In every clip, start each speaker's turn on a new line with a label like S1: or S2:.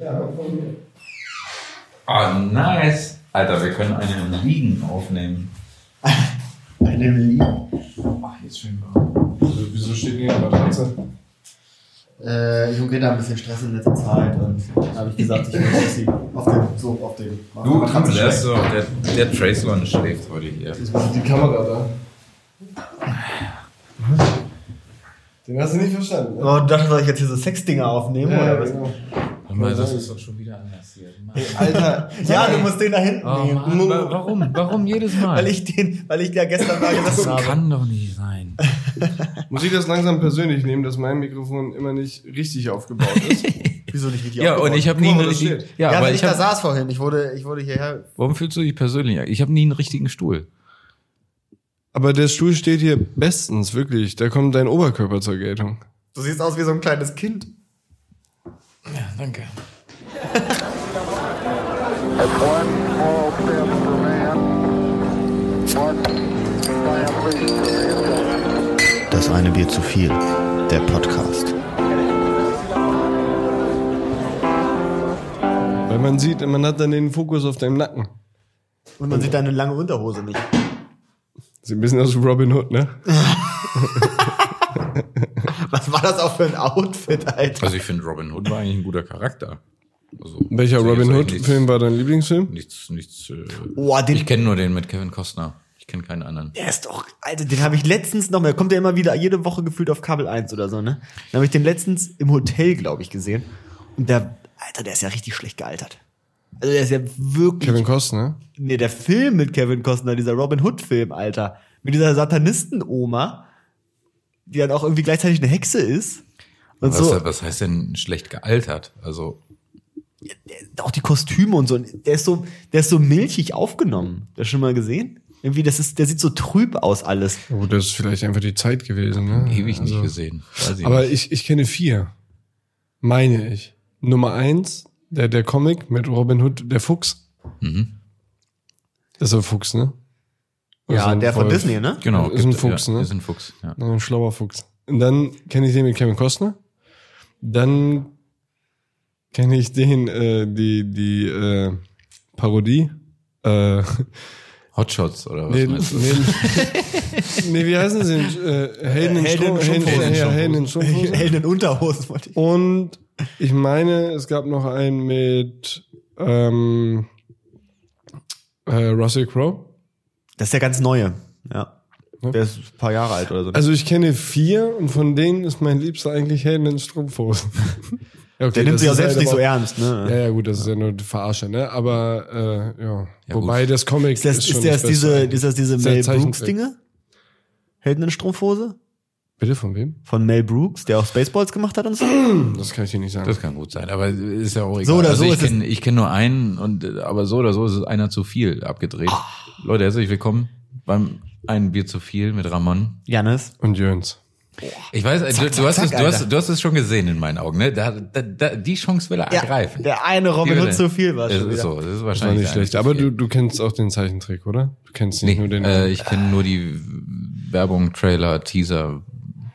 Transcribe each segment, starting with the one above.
S1: Ja, von mir.
S2: Ah, nice. Alter, wir können einen im Liegen aufnehmen.
S3: Eine Million. Ach, jetzt schön warm.
S4: Also, wieso steht denn hier eine Matratze?
S3: Äh, ich hatte da ein bisschen Stress in letzter Zeit und da habe ich gesagt, ich möchte dass sie auf dem, so auf dem, auf der
S2: Du,
S3: Matratze
S2: der, ist
S3: schläft.
S2: so, der, der Tracelon schläft heute hier.
S4: Jetzt macht die Kamera da. Den hast du nicht verstanden, ne?
S3: Oh, du dachtest, dass ich jetzt hier so Sexdinger aufnehme, oder was?
S4: genau.
S2: Aber das ist doch schon wieder anders hier. Mann.
S3: Alter, ja, du musst den da hinten
S2: Oh,
S3: nehmen.
S2: Mann, wa- warum? Warum jedes Mal?
S3: Weil ich den, weil ich ja gestern da
S2: das
S3: gesessen habe.
S2: kann doch nicht sein.
S4: Muss ich das langsam persönlich nehmen, dass mein Mikrofon immer nicht richtig aufgebaut ist?
S3: Wieso nicht richtig
S2: Ja, und ich habe nie
S4: Guck mal,
S2: einen
S4: wo das
S2: richtigen.
S4: steht.
S3: Ja,
S2: Ja,
S3: weil
S2: weil
S3: ich
S2: ich
S3: da
S2: hab,
S3: saß vorhin. Ich wurde, ich wurde hierher.
S2: warum fühlst du dich persönlich? Ich habe nie einen richtigen Stuhl.
S4: Aber der Stuhl steht hier bestens, wirklich. Da kommt dein Oberkörper zur Geltung.
S3: Du siehst aus wie so ein kleines Kind.
S2: Ja, danke.
S5: One small step for man, one giant leap for mankind.
S6: Das eine Bier zu viel. Der Podcast.
S4: Weil man sieht, man hat dann den Fokus auf deinem Nacken.
S3: Und man sieht deine lange Unterhose nicht.
S4: Sieht ein bisschen aus wie Robin Hood, ne?
S3: Was war das auch für ein Outfit, Alter?
S2: Also ich finde Robin Hood war eigentlich ein guter Charakter. Also,
S4: Welcher
S2: also jetzt
S4: Robin
S2: eigentlich
S4: Hood-Film war dein Lieblingsfilm?
S2: Nichts, nichts. äh,
S3: Oh, den,
S2: Ich kenne nur den mit Kevin Costner. Ich kenne keinen anderen.
S3: der ist doch, Alter, den habe ich letztens noch mal, kommt ja immer wieder, jede Woche gefühlt auf Kabel 1 oder so, ne? Dann habe ich den letztens im Hotel, glaube ich, gesehen. Und der, Alter, der ist ja richtig schlecht gealtert. Also der ist ja wirklich,
S4: Kevin Costner.
S3: nee, der Film mit Kevin Costner, dieser Robin Hood Film, Alter. Mit dieser Satanisten-Oma, die dann auch irgendwie gleichzeitig eine Hexe ist. Und
S2: Was,
S3: so.
S2: was heißt denn schlecht gealtert? Also
S3: auch die Kostüme und so. Und Der ist so, der ist so milchig aufgenommen. Hast du schon mal gesehen? Irgendwie, das ist, der sieht so trüb aus alles.
S4: Oh, das ist vielleicht einfach die Zeit gewesen, ne?
S2: ewig
S4: Also-
S2: nicht gesehen. Weiß ich
S4: Aber
S2: nicht.
S4: ich, ich kenne vier. Meine ich. Nummer eins, der, der Comic mit Robin Hood, der Fuchs.
S2: Mhm.
S4: Das ist ein Fuchs, ne? Oder so
S3: Ja,
S4: ein
S3: der von
S4: Wolf.
S3: Disney, ne?
S2: Genau.
S4: Ist ein Fuchs,
S2: ja,
S4: ne?
S2: Ist ein Fuchs. Ja.
S4: Ja, Ein schlauer Fuchs. Und dann kenne ich den mit Kevin Costner. Dann kenne ich den, äh, die, die äh, Parodie. Äh,
S2: Hotshots oder was
S4: nee,
S2: meinst du?
S4: nee, nee, wie heißen sie? denn? Äh, Helden in Strumpf-
S3: Helden in
S4: Helden-
S3: Strumpfhosen.
S4: ja, Helden in
S3: Helden
S4: Strumpfhosen.
S3: in Unterhosen wollte ich.
S4: Und ich meine, es gab noch einen mit ähm, äh, Russell Crowe.
S3: Das ist der ganz neue. Ja.
S4: Ne?
S3: Der ist ein paar Jahre alt oder so.
S4: Also ich kenne vier und von denen ist mein Liebster eigentlich Helden in Strumpfhosen. Ja, okay,
S3: der nimmt
S4: das
S3: sich auch
S4: ist
S3: selbst
S4: halt
S3: nicht so
S4: aber-
S3: ernst, ne?
S4: Ja, ja, gut, das ist ja nur die Verarsche, ne? Aber äh, ja.
S2: Ja,
S4: Wobei das Comic
S3: Ist das,
S4: schon
S3: ist das
S4: Beste
S3: diese,
S4: eigentlich.
S3: ist halt das diese
S4: Ist ja
S3: Mel
S4: Zeichentrick.
S3: Brooks-Dinge? Helden in Strumpfhose?
S4: Bitte von wem?
S3: Von Mel Brooks, der auch Spaceballs gemacht hat und so?
S4: Das kann ich dir nicht sagen.
S2: Das kann gut sein, aber ist ja auch egal.
S3: So oder
S2: also
S3: so
S2: ich
S3: ist es-
S2: kenne kenn nur einen, und äh, aber so oder so ist es einer zu viel abgedreht. Leute, herzlich willkommen beim Ein Bier zu viel mit Ramon.
S3: Janis.
S4: Und Jöns.
S2: Ich weiß, äh, du, du, hast
S3: zack,
S2: es, du,
S3: Alter.
S2: hast, du hast es schon gesehen in meinen Augen, ne? Da, da, da, die Chance will er ergreifen.
S3: der eine Robin
S2: Die will
S3: Hood
S2: er-
S3: zu viel war
S2: Es
S3: schon
S2: ist
S3: wieder.
S2: so, das ist
S4: Das war
S2: wahrscheinlich
S4: nicht
S2: der
S4: schlecht.
S2: Ein
S4: Aber
S2: Bier zu
S4: du,
S2: viel.
S4: du kennst auch den Zeichentrick, oder? Du kennst nicht
S2: Nee,
S4: nur den.
S2: äh, ich kenne nur die Werbung, Trailer, Teaser,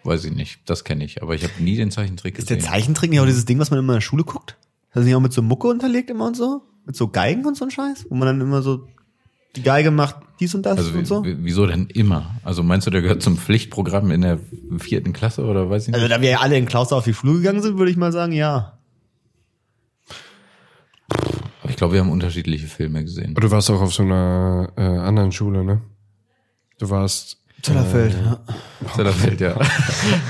S2: weiß ich nicht. Das kenne ich, aber ich habe nie den Zeichentrick
S3: Ist
S2: gesehen.
S3: der Zeichentrick nicht auch dieses Ding, was man immer in der Schule guckt? Das ist nicht auch mit so Mucke unterlegt immer und so? Mit so Geigen und so ein Scheiß? Wo man dann immer so, die Geige macht dies und das
S2: Also
S3: und so?
S2: wie- wieso denn immer? Also meinst du, der gehört zum Pflichtprogramm in der vierten Klasse oder weiß ich nicht?
S3: also da wir ja alle in Klaus auf die Flur gegangen sind, würde ich mal sagen, ja.
S2: Aber ich glaube, wir haben unterschiedliche Filme gesehen.
S4: Aber du warst auch auf so einer äh, anderen Schule, ne? Du warst.
S3: Zollerfeld. ja.
S2: Zellerfeld, ja.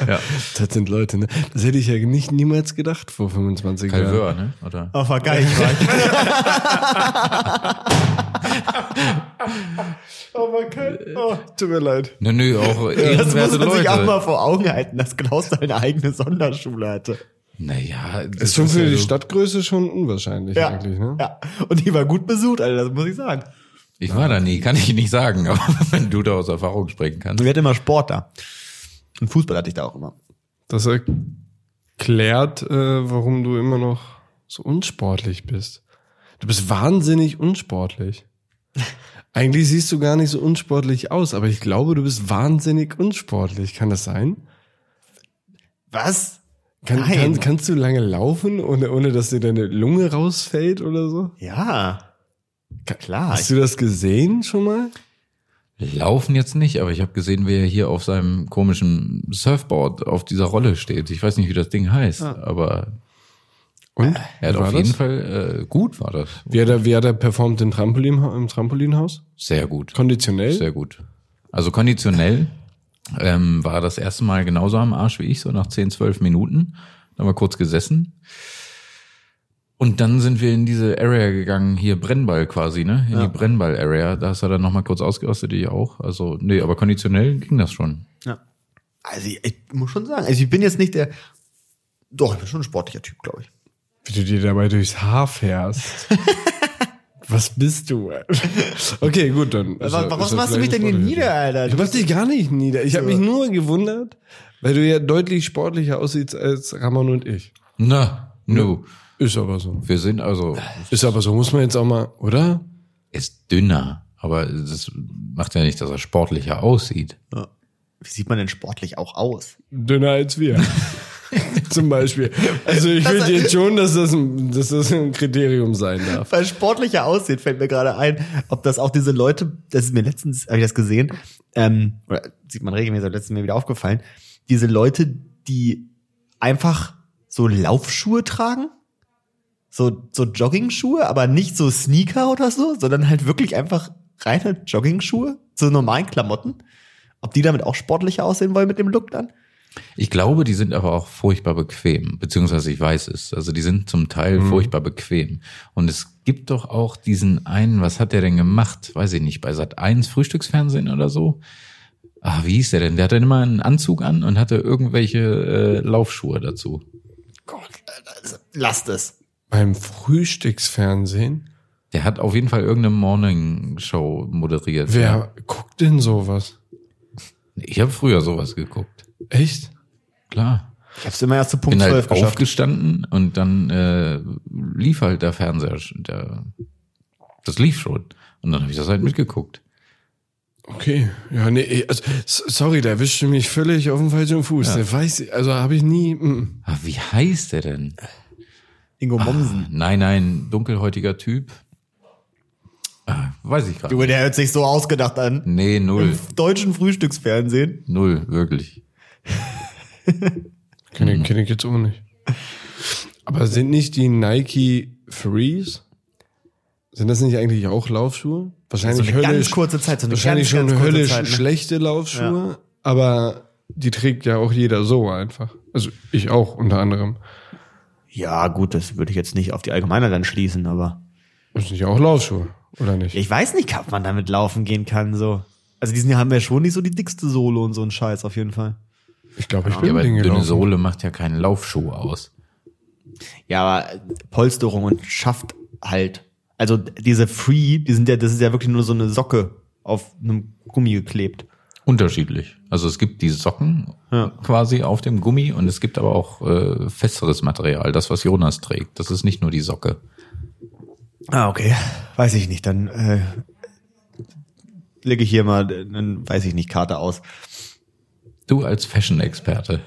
S2: ja.
S4: Das sind Leute, ne? Das hätte ich ja nicht niemals gedacht vor 25 Jahren.
S2: Calveur, ne? Oder?
S3: Oh, war geil. Ich war
S4: Tut mir leid.
S2: Nö, nö, auch
S3: Oh, das muss
S2: ehrenwerte
S3: man sich auch mal
S2: Leute.
S3: vor Augen halten, dass Klaus seine eigene Sonderschule hatte.
S2: Naja, das
S4: Das ist schon für
S2: ja
S4: die
S2: so-
S4: Stadtgröße schon unwahrscheinlich
S3: Ja.
S4: eigentlich, ne?
S3: ja. Und die war gut besucht, Alter, das muss ich sagen.
S2: Ich war da nie, kann ich nicht sagen, aber wenn du da aus Erfahrung sprechen kannst.
S3: Wir hatten immer Sport da. Und Fußball hatte ich da auch immer.
S4: Das erklärt, äh, warum du immer noch so unsportlich bist. Du bist wahnsinnig unsportlich. Eigentlich siehst du gar nicht so unsportlich aus, aber ich glaube, du bist wahnsinnig unsportlich. Kann das sein?
S3: Was?
S4: Kann,
S3: Nein.
S4: kann, kannst du lange laufen, ohne, ohne dass dir deine Lunge rausfällt oder so?
S3: Ja. Klar.
S4: Hast du das gesehen schon mal?
S2: Laufen jetzt nicht, aber ich habe gesehen, wer hier auf seinem komischen Surfboard auf dieser Rolle steht. Ich weiß nicht, wie das Ding heißt, aber
S4: Und?
S3: Äh.
S2: er hat
S4: Wie war
S2: auf jeden
S4: das?
S2: Fall äh, gut war das.
S4: Wie hat er, wie hat er performt im, Trampolin, im Trampolinhaus?
S2: Sehr gut.
S4: Konditionell?
S2: Sehr gut. Also konditionell ähm, war das erste Mal genauso am Arsch wie ich, so nach 10, 12 Minuten. Dann haben wir kurz gesessen. Und dann sind wir in diese Area gegangen, hier Brennball quasi, ne? In die Brennball-Area. Da ist er dann nochmal kurz ausgerastet, ich auch. Also, nee, aber konditionell ging das schon.
S3: Ja. Also ich, ich muss schon sagen, also ich bin jetzt nicht der. Doch, ich bin schon ein sportlicher Typ, glaube ich.
S4: Wie du dir dabei durchs Haar fährst. Was bist du? ey? Okay, gut, dann. ist er-
S3: Wa-
S4: ist
S3: warum
S4: er
S3: machst du
S4: vielleicht
S3: mich denn hier
S4: sportlich.
S3: nieder, Alter?
S4: Ich mach dich gar nicht nieder. Ich habe mich nur gewundert, weil du ja deutlich sportlicher aussiehst als Ramon und ich.
S2: Na, nu.
S4: Ist aber so.
S2: Wir sind also,
S4: Ist aber so, muss man jetzt auch mal, oder?
S2: ist dünner. Aber das macht ja nicht, dass er sportlicher aussieht.
S3: Wie sieht man denn sportlich auch aus?
S4: Dünner als wir. Zum Beispiel. Also ich
S3: Das-
S4: finde jetzt schon, dass das, ein, dass das ein Kriterium sein darf.
S3: Weil sportlicher aussieht, fällt mir gerade ein, ob das auch diese Leute, das ist mir letztens, habe ich das gesehen, ähm, oder sieht man regelmäßig, aber letztens mir wieder aufgefallen, diese Leute, die einfach so Laufschuhe tragen, so, so Jogging-Schuhe, aber nicht so Sneaker oder so, sondern halt wirklich einfach reine Jogging-Schuhe, so normalen Klamotten, ob die damit auch sportlicher aussehen wollen mit dem Look dann?
S2: Ich glaube, die sind aber auch furchtbar bequem, beziehungsweise ich weiß es. Also die sind zum Teil furchtbar bequem. Und es gibt doch auch diesen einen, was hat der denn gemacht? Weiß ich nicht, bei Sat 1 Frühstücksfernsehen oder so. Ah, wie hieß der denn? Der hatte immer einen Anzug an und hatte irgendwelche äh, Laufschuhe dazu.
S3: Also, Lasst es.
S4: Beim Frühstücksfernsehen?
S2: Der hat auf jeden Fall irgendeine Morning Show moderiert.
S4: Wer guckt denn sowas?
S2: Ich habe früher sowas geguckt.
S4: Echt?
S2: Klar.
S3: Ich hab's immer erst zu
S2: bin
S3: Punkt 12
S2: halt
S3: um geschafft.
S2: aufgestanden und dann äh, lief halt der Fernseher, sch- der, das lief schon. Und dann habe ich das halt mitgeguckt.
S4: Okay, ja, nee, also, s- sorry, da erwischt du mich völlig auf dem falschen Fuß. Der weiß, ich- also habe ich nie. Mm.
S2: Ah, wie heißt der denn?
S3: Ingo
S2: Ah.
S3: Mommsen.
S2: Nein, nein, dunkelhäutiger Typ. Ah, weiß ich gerade.
S3: Junge, der hört sich so ausgedacht an.
S2: Nee, null,
S3: Deutschen Frühstücksfernsehen.
S2: null, wirklich.
S4: Kenne
S3: Mhm.
S4: kenn ich jetzt auch nicht. Aber sind nicht die Nike Freeze? Sind das nicht eigentlich auch Laufschuhe? Wahrscheinlich
S3: so eine
S4: höllisch.
S3: ganz kurze Zeit, so eine
S4: wahrscheinlich schon
S3: ganz, ganz kurze
S4: höllisch
S3: Zeit, ne?
S4: schlechte Laufschuhe, aber die trägt ja auch jeder so einfach. Also ich auch unter anderem.
S3: Ja, gut, das würde ich jetzt nicht auf die Allgemeine dann schließen, aber.
S4: Das sind ja auch Laufschuhe, oder nicht?
S3: Ich weiß nicht, ob man damit laufen gehen kann, so. Also diesen Jahr haben wir schon nicht so die dickste Sohle und so ein Scheiß auf jeden Fall.
S4: Ich glaube, ich
S2: Ja,
S4: bin
S2: aber
S4: mit denen
S2: dünne
S4: gelaufen.
S2: Sohle macht ja keinen Laufschuh aus.
S3: Ja, aber äh, Polsterung und Schaft halt. Also d- diese Free, die sind ja, das ist ja wirklich nur so eine Socke auf einem Gummi geklebt.
S2: Unterschiedlich. Also es gibt die Socken
S3: Ja.
S2: quasi auf dem Gummi und es gibt aber auch äh, festeres Material, das was Jonas trägt. Das ist nicht nur die Socke.
S3: Ah, okay. Weiß ich nicht, dann äh, lege ich hier mal einen, weiß ich nicht, Karte aus.
S2: Du als Fashion-Experte.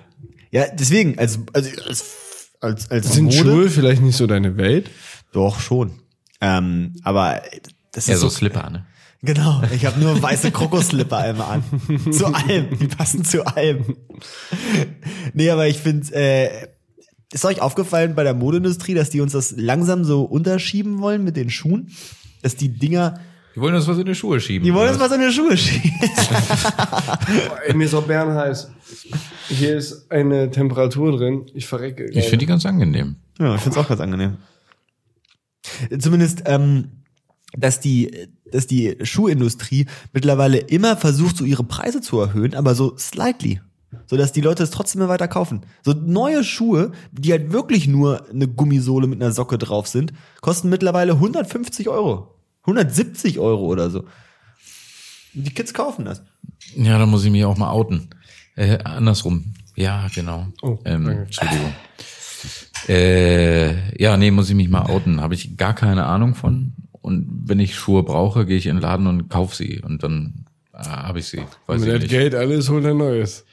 S3: Ja, deswegen, als, also, als, als, als
S4: Sind
S3: Mode-
S4: Schuhe vielleicht nicht so deine Welt?
S3: Doch, schon. Ähm, aber das ist
S2: Ja, so
S3: so
S2: Slipper, ne?
S3: Genau, ich habe nur weiße Krokoslipper immer an. Zu allem, die passen zu allem. Nee, aber ich finde, äh, ist euch aufgefallen bei der Modeindustrie, dass die uns das langsam so unterschieben wollen mit den Schuhen? Dass die Dinger,
S2: Die wollen uns was in die Schuhe schieben.
S3: die wollen uns was in die Schuhe schieben.
S4: Ey, mir ist auch bernheiß. Hier ist eine Temperatur drin. Ich verrecke.
S2: Ich finde die ganz angenehm.
S3: Ja, ich finde es auch ganz angenehm. Zumindest, ähm, dass die, dass die Schuhindustrie mittlerweile immer versucht, so ihre Preise zu erhöhen, aber so slightly. So dass die Leute es trotzdem immer weiter kaufen. So neue Schuhe, die halt wirklich nur eine Gummisohle mit einer Socke drauf sind, kosten mittlerweile 150 Euro. 170 Euro oder so. Die Kids kaufen das.
S2: Ja, da muss ich mich auch mal outen. Äh, andersrum. Ja, genau.
S4: Oh,
S2: ähm,
S4: danke.
S2: Entschuldigung. Äh, ja, nee, muss ich mich mal outen. Habe ich gar keine Ahnung von. Und wenn ich Schuhe brauche, gehe ich in den Laden und kauf sie. Und dann Ah, habe ich sie. Weiß
S4: Wenn
S2: ich
S4: das
S2: nicht.
S4: Geld alles, holt er Neues.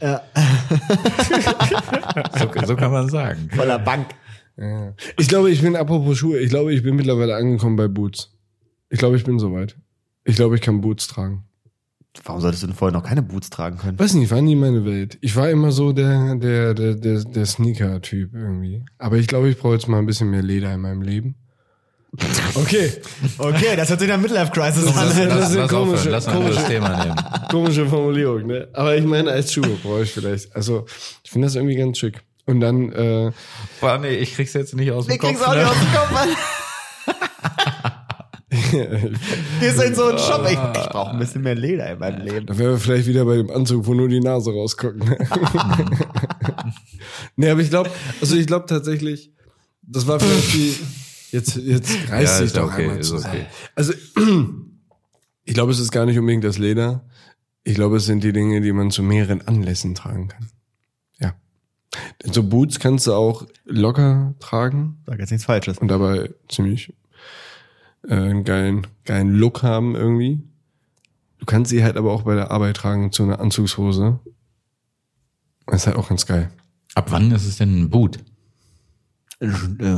S2: So, so kann man sagen.
S3: Voller Bank.
S4: Ja. Ich glaube, ich bin, apropos Schuhe, ich glaube, ich bin mittlerweile angekommen bei Boots. Ich glaube, ich bin soweit. Ich glaube, ich kann Boots tragen.
S3: Warum solltest du denn vorher noch keine Boots tragen können?
S4: Weiß nicht, war nie meine Welt. Ich war immer so der, der, der, der, der Sneaker-Typ irgendwie. Aber ich glaube, ich brauche jetzt mal ein bisschen mehr Leder in meinem Leben. Okay,
S3: Okay, das hört sich nach Midlife-Crisis
S4: Das-
S3: an.
S4: das
S2: Lass,
S4: ist
S2: lass aufhören,
S4: komisch,
S2: lass ein anderes Thema nehmen.
S4: komische Formulierung, ne? Aber ich meine, als Schuhe brauche ich vielleicht. Also, ich finde das irgendwie ganz schick. Und dann, äh,
S2: Boah, nee, ich krieg's jetzt nicht aus dem
S3: Ich
S2: Kopf.
S3: krieg's auch nicht
S2: ne?
S3: aus dem Kopf, Mann. Gehst in so einen Shop. Ich, ich brauche ein bisschen mehr Leder in meinem Leben.
S4: Da wären wir vielleicht wieder bei dem Anzug, wo nur die Nase rausguckt. ne? nee, aber ich glaube, also ich glaube tatsächlich, das war vielleicht die. Jetzt, jetzt reißt
S2: Ja,
S4: sich
S2: ist ja
S4: doch
S2: okay,
S4: einmal
S2: ist
S4: zusammen.
S2: okay.
S4: Also ich glaube, es ist gar nicht unbedingt das Leder. Ich glaube, es sind die Dinge, die man zu mehreren Anlässen tragen kann. Ja. So Boots kannst du auch locker tragen
S3: Sag jetzt nichts Falsches.
S4: und dabei ziemlich äh, einen geilen, geilen Look haben irgendwie. Du kannst sie halt aber auch bei der Arbeit tragen zu einer Anzugshose. Das ist halt auch ganz geil.
S2: Ab wann ist es denn ein Boot?
S3: Äh,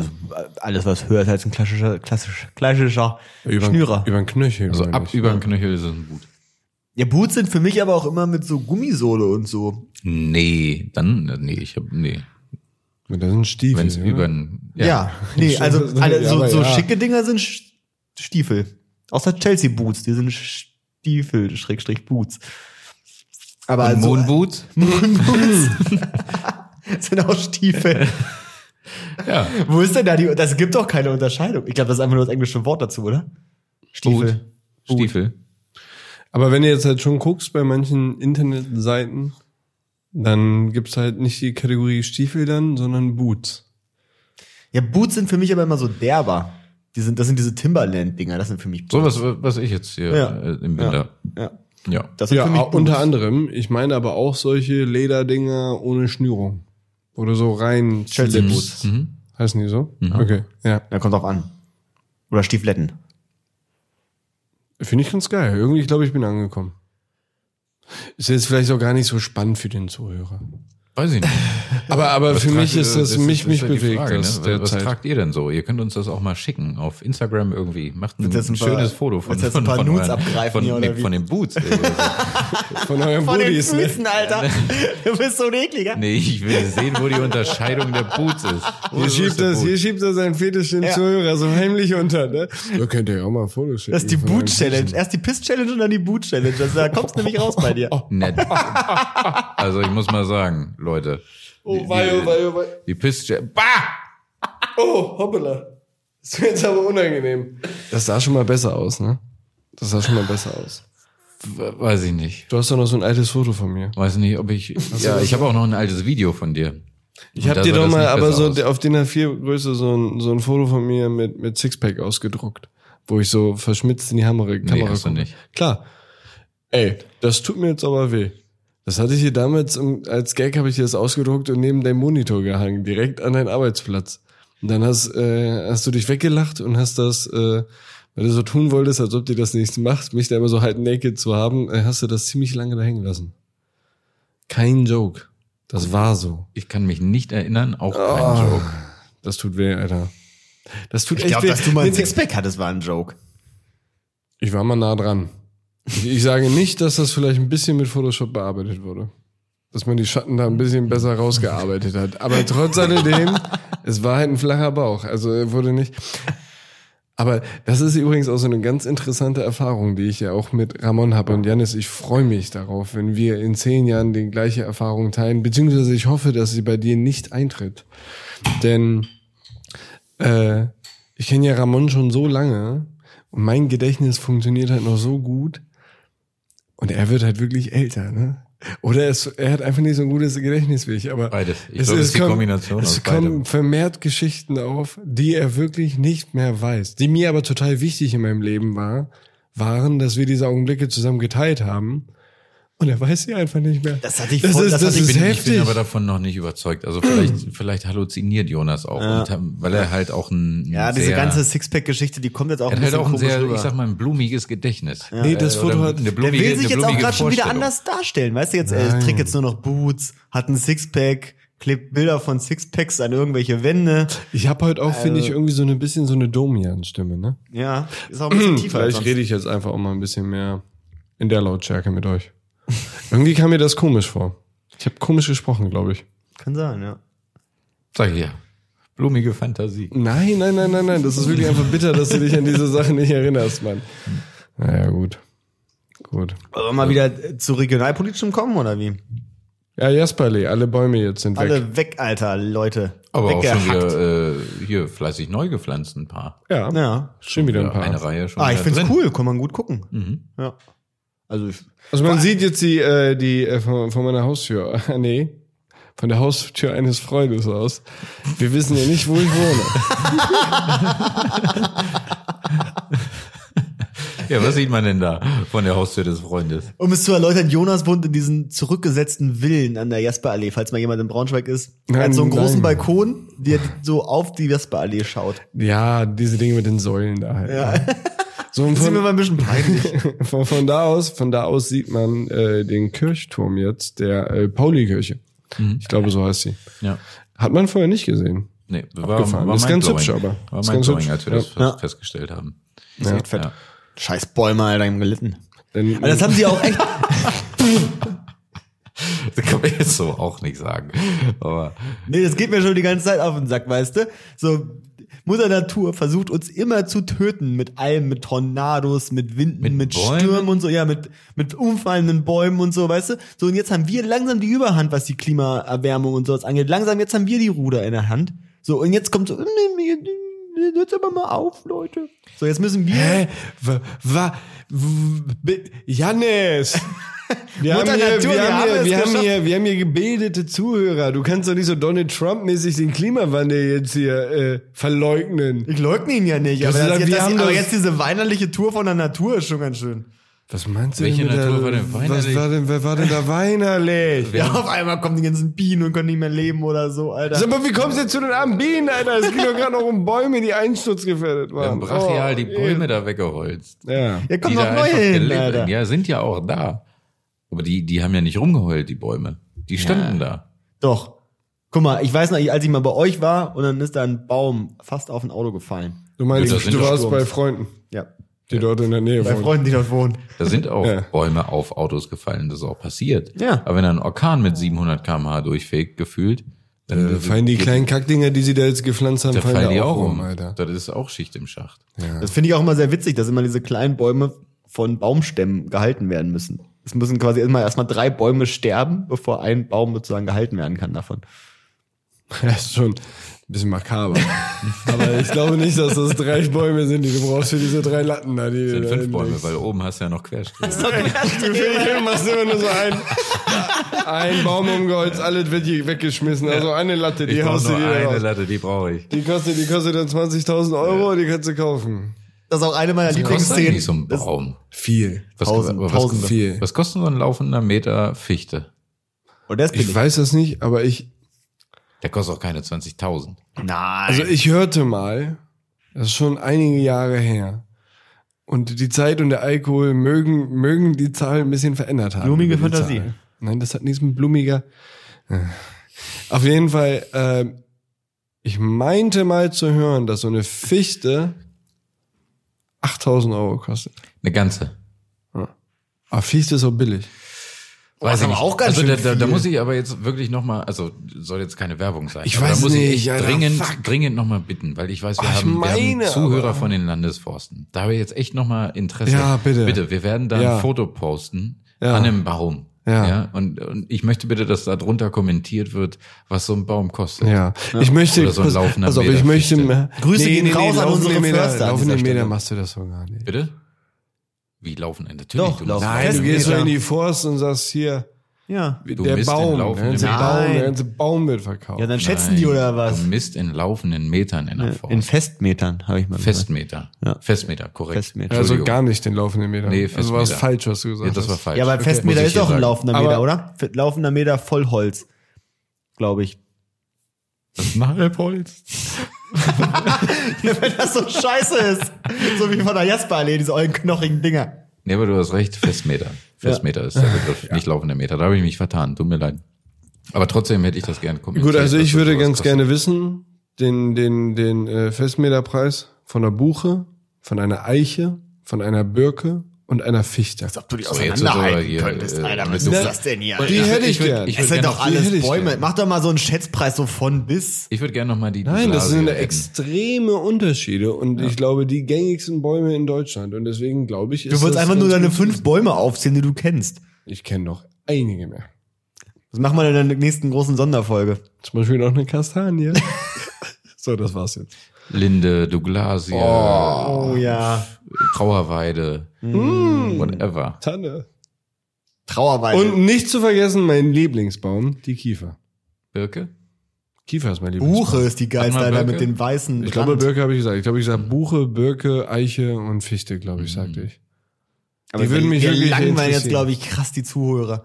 S3: Alles, was höher ist als ein klassischer, klassisch, klassischer
S4: Über
S3: Schnürer.
S4: Über den Knöchel.
S2: Also
S4: meine
S2: ab
S4: ich.
S2: über den Knöchel ist es ein Boot.
S3: Ja, Boots sind für mich aber auch immer mit so Gummisohle und so.
S2: Nee, dann, nee, ich hab, nee.
S4: Das sind Stiefel.
S2: Wenn es
S4: oder?
S2: über den,
S3: Ja, nee, also alle, so, so schicke Dinger sind Sch- Stiefel. Außer Chelsea Boots, die sind Stiefel, Schrägstrich Boots. Aber
S2: Ein
S3: so-
S2: Moonboot?
S3: Moonboots sind auch Stiefel.
S2: Ja.
S3: Wo ist denn da die? Das gibt doch keine Unterscheidung. Ich glaube, das ist einfach nur das englische Wort dazu, oder? Stiefel.
S2: Boot. Stiefel.
S4: Aber wenn du jetzt halt schon guckst bei manchen Internetseiten, dann gibt's halt nicht die Kategorie Stiefel dann, sondern Boots.
S3: Ja, Boots sind für mich aber immer so derber. Die sind, das sind diese Timberland-Dinger. Das sind für mich Boots.
S2: So was, was ich jetzt hier
S3: Ja.
S2: äh, im Winter.
S3: Ja,
S2: Ja. ah,
S3: das sind
S4: Ja,
S3: für mich
S4: au- unter
S3: Boots.
S4: anderem. Ich meine aber auch solche Lederdinger ohne Schnürung. Oder so rein
S3: Chelsea
S4: Slips.
S3: Boots.
S2: Mhm.
S4: Heißen die so? Okay, ja.
S3: Da kommt drauf an. Oder Stiefletten.
S4: Finde ich ganz geil. Irgendwie, ich glaube, ich bin angekommen. Ist jetzt vielleicht auch gar nicht so spannend für den Zuhörer.
S2: Weiß ich nicht.
S4: Aber, aber für
S2: tragt
S4: mich
S2: ihr-
S4: ist das, mich,
S2: ist
S4: mich
S2: ja die
S4: bewegt
S2: Frage,
S4: das
S2: ne? Was
S4: derzeit.
S2: tragt ihr denn so? Ihr könnt uns das auch mal schicken auf Instagram irgendwie. Macht ein,
S3: Willst du jetzt ein paar-
S2: schönes Foto von
S3: willst du jetzt ein paar
S2: von,
S3: Nudes
S2: euren-
S3: abgreifen
S2: von,
S3: hier, oder
S2: nee,
S3: wie?
S2: von den Boots.
S4: Von euren
S3: Von den
S4: Buddies, ne?
S3: Füßen, Alter. Du bist so ein ekliger.
S2: nee, ich will sehen, wo die Unterscheidung der Boots ist. Wo
S4: Hier
S2: ist
S4: schiebt,
S2: der
S4: das,
S2: Boot?
S4: hier schiebt er sein Fetisch dem
S3: Ja.
S4: Zuhörer so heimlich unter, ne? Da könnt ihr ja auch mal Fotos schicken.
S3: Das ist die
S4: von euren
S3: Boot-Challenge. Erst die Piss-Challenge und dann die Boot-Challenge. Also, da kommst du nämlich raus bei dir.
S2: Nett. Also ich muss mal sagen, Leute.
S4: Oh, wei, oh, wei, oh, wei.
S2: Die Piste. Bah!
S4: Oh, hoppala. Das wird jetzt aber unangenehm. Das sah schon mal besser aus, ne? Das sah schon mal besser aus.
S2: We- Weiß ich nicht.
S4: Du hast doch noch so ein altes Foto von mir.
S2: Weiß nicht, ob ich. Ja, ich habe auch noch ein altes Video von dir.
S4: Ich habe
S2: da
S4: dir
S2: sah
S4: doch
S2: das
S4: mal
S2: nicht
S4: aber
S2: besser
S4: so
S2: aus.
S4: der- auf DIN A4 Größe so ein, so ein Foto von mir mit, mit Sixpack ausgedruckt, wo ich so verschmitzt in die Hammer, Kamera
S2: hast du
S4: gucke.
S2: nicht.
S4: Klar. Ey, das tut mir jetzt aber weh. Das hatte ich hier damals im, als Gag habe ich dir das ausgedruckt und neben deinem Monitor gehangen, direkt an deinen Arbeitsplatz. Und dann hast, äh, hast du dich weggelacht und hast das, äh, weil du so tun wolltest, als ob dir das nichts macht, mich da immer so halb naked zu haben, äh, hast du das ziemlich lange da hängen lassen. Kein Joke. Das war so.
S2: Ich kann mich nicht erinnern, auch
S4: Ah,
S2: kein Joke.
S4: Das tut weh, Alter. Das tut
S3: Ah. Ich
S4: echt
S3: glaube,
S4: weh.
S3: dass du mal ein
S4: Mit-
S3: Sixpack hattest, war ein Joke.
S4: ich war mal nah dran. Ich, ich sage nicht, dass das vielleicht ein bisschen mit Photoshop bearbeitet wurde. Dass man die Schatten da ein bisschen besser rausgearbeitet hat. Aber trotz alledem, es war halt ein flacher Bauch. Also er wurde nicht. Aber das ist übrigens auch so eine ganz interessante Erfahrung, die ich ja auch mit Ramon habe und Janis. Ich freue mich darauf, wenn wir in zehn Jahren die gleiche Erfahrung teilen, beziehungsweise ich hoffe, dass sie bei dir nicht eintritt. Denn äh, ich kenne ja Ramon schon so lange und mein Gedächtnis funktioniert halt noch so gut und er wird halt wirklich älter, ne? Oder es, er hat einfach nicht so ein gutes Gedächtnis wie ich, aber
S2: Beides. Ich glaube, es ist die
S4: kommen-
S2: Kombination aus
S4: es kommen
S2: beidem.
S4: vermehrt Geschichten auf, die er wirklich nicht mehr weiß, die mir aber total wichtig in meinem Leben war, waren, dass wir diese Augenblicke zusammen geteilt haben Und er weiß sie einfach nicht mehr.
S3: Das hatte ich
S4: das
S3: voll-
S4: ist,
S3: das
S4: das
S3: hatte
S4: ist
S2: ich, bin, ich
S4: heftig.
S2: bin aber davon noch nicht überzeugt. Also vielleicht, vielleicht halluziniert Jonas auch, und, hat- weil er halt auch ein ein
S3: Ja, diese
S2: sehr,
S3: ganze Sixpack-Geschichte, die kommt jetzt auch
S2: er
S3: ein
S2: hat halt
S3: bisschen
S2: auch ein
S3: komisch
S2: sehr,
S3: rüber.
S2: ich sag mal, ein blumiges Gedächtnis.
S4: Nee, das
S2: Äh,
S4: Foto
S2: oder
S4: hat-
S2: eine
S3: der
S2: blumige,
S3: will
S2: eine
S3: sich jetzt auch
S2: blumige
S3: gerade schon wieder
S2: Vorstellung.
S3: anders darstellen. Weißt du, jetzt, er
S4: Nein.
S3: trägt jetzt nur noch Boots, hat ein Sixpack, klebt Bilder von Sixpacks an irgendwelche Wände.
S4: Ich habe heute auch, finde ich, irgendwie so ein bisschen so eine Domian-Stimme, ne?
S3: Ja, ist auch ein bisschen tiefer. als
S4: Vielleicht
S3: sonst.
S4: rede ich jetzt einfach auch mal ein bisschen mehr in der Lautstärke mit euch. Irgendwie kam mir das komisch vor. Ich habe komisch gesprochen, glaube ich.
S3: Kann sein, ja.
S2: Sag ich ja. Blumige Fantasie.
S4: Nein, nein, nein, nein, nein. Das ist wirklich einfach bitter, dass du dich an diese Sachen nicht erinnerst, Mann. Naja, gut. Gut.
S3: Wollen wir mal wieder zu regionalpolitischem kommen, oder wie?
S4: Ja, Jasperle, alle Bäume jetzt sind weg.
S3: Alle weg, Alter, Leute.
S2: Aber auch schon
S3: Weggehackt.
S2: wieder äh, hier fleißig neu gepflanzt, ein paar.
S4: Ja,
S3: Ja.
S4: schon wieder ein paar.
S2: Eine Reihe schon.
S3: Ah, ich
S2: wieder
S3: find's
S2: drin.
S3: cool, kann man gut gucken.
S2: Mhm.
S3: Ja. Also ich,
S4: Also man sieht jetzt die, äh, die äh, von, von meiner Haustür, Ah, nee, von der Haustür eines Freundes aus. Wir wissen ja nicht, wo ich wohne.
S2: Ja, was sieht man denn da von der Haustür des Freundes?
S3: um es zu erläutern, Jonas wohnt in diesen zurückgesetzten Villen an der Jasperallee, falls mal jemand in Braunschweig ist. er
S4: Nein,
S3: hat so einen großen
S4: nein.
S3: Balkon, der so auf die Jasperallee schaut.
S4: Ja, diese Dinge mit den Säulen da halt.
S3: Ja.
S4: So und
S3: Das ist mir
S4: von,
S3: mal ein bisschen peinlich.
S4: von, von da aus, von da aus sieht man äh, den Kirchturm jetzt, der äh, Pauli-Kirche.
S3: Mhm.
S4: Ich glaube, so heißt sie.
S2: Ja.
S4: Hat man vorher nicht gesehen.
S2: Nee,
S4: Abgefahren. Ist ganz
S2: mindblowing.
S4: hübsch, aber.
S2: War
S4: Ist ganz
S2: mindblowing,
S4: hübsch.
S2: als wir das
S3: Ja.
S2: festgestellt haben.
S3: Ist echt fett. Scheiß Bäume, Alter, die haben gelitten.
S4: Denn,
S3: Aber Ah, das haben sie auch echt.
S2: Das kann man jetzt so auch nicht sagen. Aber
S3: Nee, das geht mir schon die ganze Zeit auf den Sack, weißt du? So, Mutter Natur versucht uns immer zu töten mit allem, mit Tornados, mit Winden, mit,
S2: Mit Bäumen?
S3: Stürmen und so, ja, mit, mit umfallenden Bäumen und so, weißt du? So, und jetzt haben wir langsam die Überhand, was die Klimaerwärmung und sowas angeht. Langsam, jetzt haben wir die Ruder in der Hand. So, und jetzt kommt so, hört aber mal auf, Leute. So, jetzt müssen wir.
S4: Hä? äh, Wa, wa, w- bi- Jannis! Wir haben,
S3: Mutter
S4: hier,
S3: Natur,
S4: wir, haben hier,
S3: es
S4: wir, haben
S3: geschafft.
S4: hier, wir haben hier gebildete Zuhörer. Du kannst doch nicht so Donald Trump-mäßig den Klimawandel jetzt hier äh, verleugnen.
S3: Ich leugne ihn ja nicht,
S4: Du
S3: aber,
S4: hast
S3: das
S4: gesagt,
S3: jetzt,
S4: wir
S3: das,
S4: haben
S3: aber
S4: das-
S3: jetzt diese weinerliche Tour von der Natur ist schon ganz schön.
S4: Was meinst
S2: Welche
S4: denn mit
S2: Natur
S4: der,
S2: war denn
S4: Was
S2: weinerlich?
S4: war denn, wer war denn da weinerlich?
S3: Ja, auf einmal kommen die ganzen Bienen und können nicht mehr leben oder so, Alter.
S4: Sag mal, wie kommst du jetzt zu den armen Bienen, Alter? Es ging doch gerade noch um Bäume, die einsturzgefährdet
S2: wir
S4: waren.
S2: haben äh, brachial die
S4: ey.
S2: Bäume da weggeholzt.
S4: Ja.
S3: Ja,
S2: die
S3: kommen noch
S2: da
S3: neue
S2: einfach
S3: hin,
S2: gelebt-
S3: Alter.
S2: Ja, sind ja auch da. Aber die, die haben ja nicht rumgeheult, die Bäume. Die standen da.
S3: Doch. Guck mal, ich weiß noch, als ich mal bei euch war und dann ist da ein Baum fast auf ein Auto gefallen.
S4: Du meinst,
S2: Ja, das sind
S4: du
S2: doch
S4: warst
S3: Sturms.
S4: bei Freunden,
S3: Ja.
S4: die dort in der Nähe
S3: Bei
S4: wohnen.
S3: Freunden, die dort wohnen.
S2: Da sind auch
S4: Ja.
S2: Bäume auf Autos gefallen, das ist auch passiert.
S3: Ja.
S2: Aber wenn da ein Orkan mit 700 km/h durchfegt, gefühlt, dann
S4: Da fallen die kleinen Kackdinger, die sie da jetzt gepflanzt haben,
S2: da
S4: Äh, fallen,
S2: fallen die auch
S4: um,
S2: um.
S4: Alter.
S2: Das ist auch Schicht im Schacht.
S3: Das finde ich auch immer sehr witzig, dass immer diese kleinen Bäume von Baumstämmen gehalten werden müssen. Es müssen quasi immer erstmal drei Bäume sterben, bevor ein Baum sozusagen gehalten werden kann davon.
S4: Das ist schon ein bisschen makaber. Aber ich glaube nicht, dass das drei Bäume sind, die du brauchst für diese drei Latten da. Die
S2: Das sind
S4: da
S2: fünf
S4: hinten
S2: Bäume,
S4: liegen.
S2: weil oben hast du ja noch Querstrich.
S4: Du Fähnchen machst immer nur so ein, ein Baum umgeholzt, alles wird hier weggeschmissen. Also eine Latte, die
S2: Ich brauche
S4: haust du
S2: nur
S4: dir
S2: eine
S4: da raus.
S2: Latte, die brauche ich.
S4: Die kostet, die kostet dann 20.000 Euro, die kannst du kaufen.
S3: Das ist auch eine meiner
S2: Kostet
S3: Lieblingsszenen.
S2: eigentlich so ein Baum.
S4: Viel.
S2: Was,
S3: Tausend-
S2: was,
S3: Tausende.
S2: was,
S4: Viel.
S2: was kostet so ein laufender Meter Fichte?
S3: Und das bin
S4: Ich weiß das nicht, aber ich,
S2: Der kostet auch keine 20.000.
S3: Nein.
S4: Also ich hörte mal, das ist schon einige Jahre her. Und die Zeit und der Alkohol mögen, mögen die Zahl ein bisschen verändert haben.
S3: Blumige
S4: Diese
S3: Fantasie.
S4: Zahl. Nein, das hat nichts mit blumiger. äh, Auf jeden Fall, äh, ich meinte mal zu hören, dass so eine Fichte 8000 Euro kostet.
S2: Eine ganze.
S4: Aber Fichte ist so billig.
S2: Weiß
S3: aber Oh, auch ganz
S2: also
S3: schön
S2: da, da, da
S3: viel.
S2: muss ich aber jetzt wirklich nochmal, also soll jetzt keine Werbung sein.
S4: Ich
S2: aber
S4: weiß
S2: da muss
S4: nicht,
S2: ich echt
S4: Alter,
S2: dringend,
S4: fuck.
S2: dringend nochmal bitten, weil ich weiß, wir,
S4: Oh, ich
S2: haben, wir
S4: meine,
S2: haben Zuhörer
S4: aber-
S2: von den Landesforsten. Da habe ich jetzt echt nochmal Interesse.
S4: Ja, bitte.
S2: Bitte, wir werden da
S4: Ja.
S2: ein Foto posten
S4: Ja.
S2: an einem Baum.
S4: Ja.
S2: und, und ich möchte bitte, dass da drunter kommentiert wird, was so ein Baum kostet.
S4: Ja. Ich möchte,
S2: Oder so ein
S4: pass-
S2: laufender
S4: pass auf, ich
S2: Meter
S4: möchte,
S2: Fichte.
S4: mehr-
S3: Grüße gehen raus an
S4: laufende
S3: unsere
S4: Meter,
S3: Förster an
S4: Laufende
S3: dieser
S4: Meter
S3: Stelle.
S4: machst du das so gar nicht.
S2: Bitte? Wie laufen? Natürlich.
S3: Doch,
S2: du musst-
S3: laufen.
S4: Nein, du
S3: Festmeter.
S4: gehst doch in die Forst und sagst hier,
S3: Ja.
S2: Du
S4: der
S2: misst den
S4: Baum, ne? der
S2: laufenden
S4: ganze
S2: Metern.
S4: Baum, der
S3: Nein.
S4: ganze Baum wird verkauft.
S3: Ja, dann schätzen die oder was?
S2: Du misst in laufenden Metern in der Form.
S3: In Festmetern, habe ich mal gesagt.
S2: Festmeter.
S3: Ja.
S2: Festmeter, korrekt.
S3: Festmeter.
S4: also
S2: Entschuldigung.
S4: gar nicht den laufenden Meter.
S2: Nee,
S4: also war es
S2: Festmeter.
S4: falsch, was du gesagt
S2: Ja, das
S4: hast.
S2: war falsch.
S3: Ja, aber Festmeter
S2: Muss ich
S3: ist
S2: dir
S3: auch ein
S2: sagen.
S3: laufender
S4: Aber-
S3: Meter, oder? F- Laufender Meter voll Holz. Glaube ich.
S2: Das macht Halbholz.
S3: Wenn das so scheiße ist. So wie von der Jasperallee, diese ollen knochigen Dinger.
S2: Nee, aber du hast recht, Festmeter. Festmeter ist der Begriff, nicht laufender Meter. Da habe ich mich vertan, tut mir leid. Aber trotzdem hätte ich das gerne kommentiert.
S4: Gut, also
S2: dass
S4: ich
S2: das
S4: würde
S2: sowas
S4: ganz
S2: kostet.
S4: gerne wissen, den, den, den äh, Festmeterpreis von einer Buche, von einer Eiche, von einer Birke und einer Fichte.
S3: Als ob du die
S2: So, jetzt
S3: auseinanderhalten
S2: ist aber hier,
S3: könntest,
S2: äh,
S3: Alter.
S2: mit
S3: Was ist
S2: Luft.
S3: das denn hier?
S4: Und die
S3: Alter?
S4: hätte ich
S2: würd-
S4: gern.
S2: Ich
S3: Es
S2: würde
S3: sind
S2: gerne
S3: doch
S2: noch,
S4: die
S3: alles
S4: hätte ich
S3: Bäume.
S4: gern.
S3: Mach doch mal so einen Schätzpreis so von bis.
S2: ich würd gern noch mal die
S4: Nein, das
S2: Blasie
S4: sind
S2: retten.
S4: extreme Unterschiede und ich glaube, die gängigsten Bäume in Deutschland und deswegen glaube ich, ist
S3: Du wolltest
S4: das
S3: einfach nur
S4: ganz
S3: deine
S4: gut.
S3: fünf Bäume aufzählen, die du kennst.
S4: Ich kenne noch einige mehr.
S3: Das machen wir dann in der nächsten großen Sonderfolge.
S4: Zum Beispiel noch eine Kastanie. so, das war's jetzt.
S2: Linde, Douglasie,
S3: Oh ja.
S2: Trauerweide,
S4: Hm.
S2: Hm. whatever.
S4: Tanne.
S3: Trauerweide.
S4: Und nicht zu vergessen, mein Lieblingsbaum, die Kiefer.
S2: Birke?
S4: Kiefer ist mein Lieblingsbaum.
S3: Buche ist die geilste,
S2: Hat man
S3: Alter,
S2: Birke?
S3: mit den weißen.
S4: Ich glaube,
S3: Rand.
S4: Birke habe ich gesagt. Ich glaube, ich sag Buche, Birke, Eiche und Fichte, glaube ich, sagte ich. die würden mich
S3: wir
S4: wirklich
S3: langweilen jetzt,
S4: interessieren.
S3: glaube ich, krass die Zuhörer.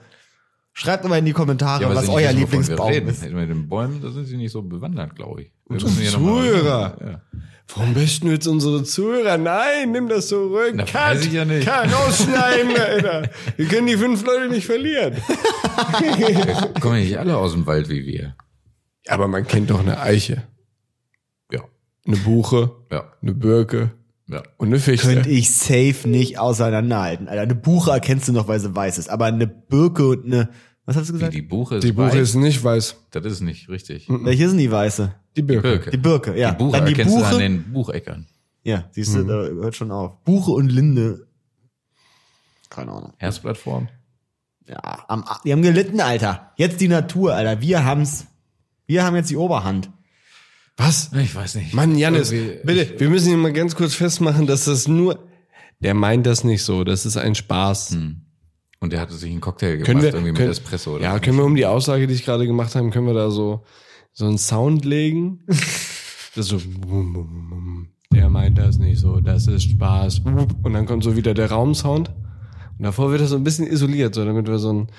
S3: Schreibt mal in die Kommentare,
S2: aber
S3: was
S2: sie
S3: euer
S2: wissen, wovon wir
S3: Lieblingsbaum
S2: reden.
S3: ist.
S2: Mit den Bäumen, da sind sie nicht so bewandert, glaube ich. Wir
S4: Unsere
S2: müssen hier noch mal-
S4: Zuhörer.
S2: Ja.
S4: Warum besten jetzt unsere Zuhörer? Nein, nimm das zurück.
S2: Na, weiß ich ja nicht.
S4: Cut, rausschneiden, Alter. Wir können die fünf Leute nicht verlieren.
S2: Kommen ja nicht alle aus dem Wald wie wir.
S4: Aber man kennt doch eine Eiche,
S2: Ja,
S4: eine Buche,
S2: ja,
S4: eine Birke
S2: ja.
S4: und eine Fichte.
S3: Könnte ich safe nicht auseinanderhalten. Alter, eine Buche erkennst du noch, weil sie weiß ist. Aber eine Birke und eine, was hast du
S2: Die,
S3: gesagt?
S2: die Buche ist Hm.
S4: Die Buche
S2: weiß.
S4: ist nicht weiß.
S2: Das ist nicht richtig.
S3: Welche ist denn die weiße?
S4: Die Birke.
S2: Birke.
S3: Die Birke, ja.
S2: Die Buche
S3: Dann die
S2: erkennst
S3: Buche.
S2: du an den Mhm. Bucheckern.
S3: Ja, siehst du, da hört schon auf. Buche und Linde. Keine Ahnung.
S2: Herzplattform.
S3: Ja, am, die haben gelitten, Alter. Jetzt die Natur, Alter. Wir haben's. Wir haben jetzt die Oberhand.
S4: Was?
S2: Ich weiß nicht.
S4: Mann, Janis,
S2: Irgendwie-
S4: bitte, wir müssen hier mal ganz kurz festmachen, dass das nur... Der meint das nicht so, das ist ein Spaß.
S2: Und Hm, der hatte sich einen Cocktail gemacht,
S4: Können wir,
S2: irgendwie
S4: können,
S2: mit Espresso oder
S4: Ja,
S2: so.
S4: können wir um die Aussage, die ich gerade gemacht habe, können wir da so, so einen Sound legen? das so, wum, wum, wum, wum. der meint das nicht so, das ist Spaß. Wup. Und dann kommt so wieder der Raumsound. Und davor wird das so ein bisschen isoliert, so damit wir so ein,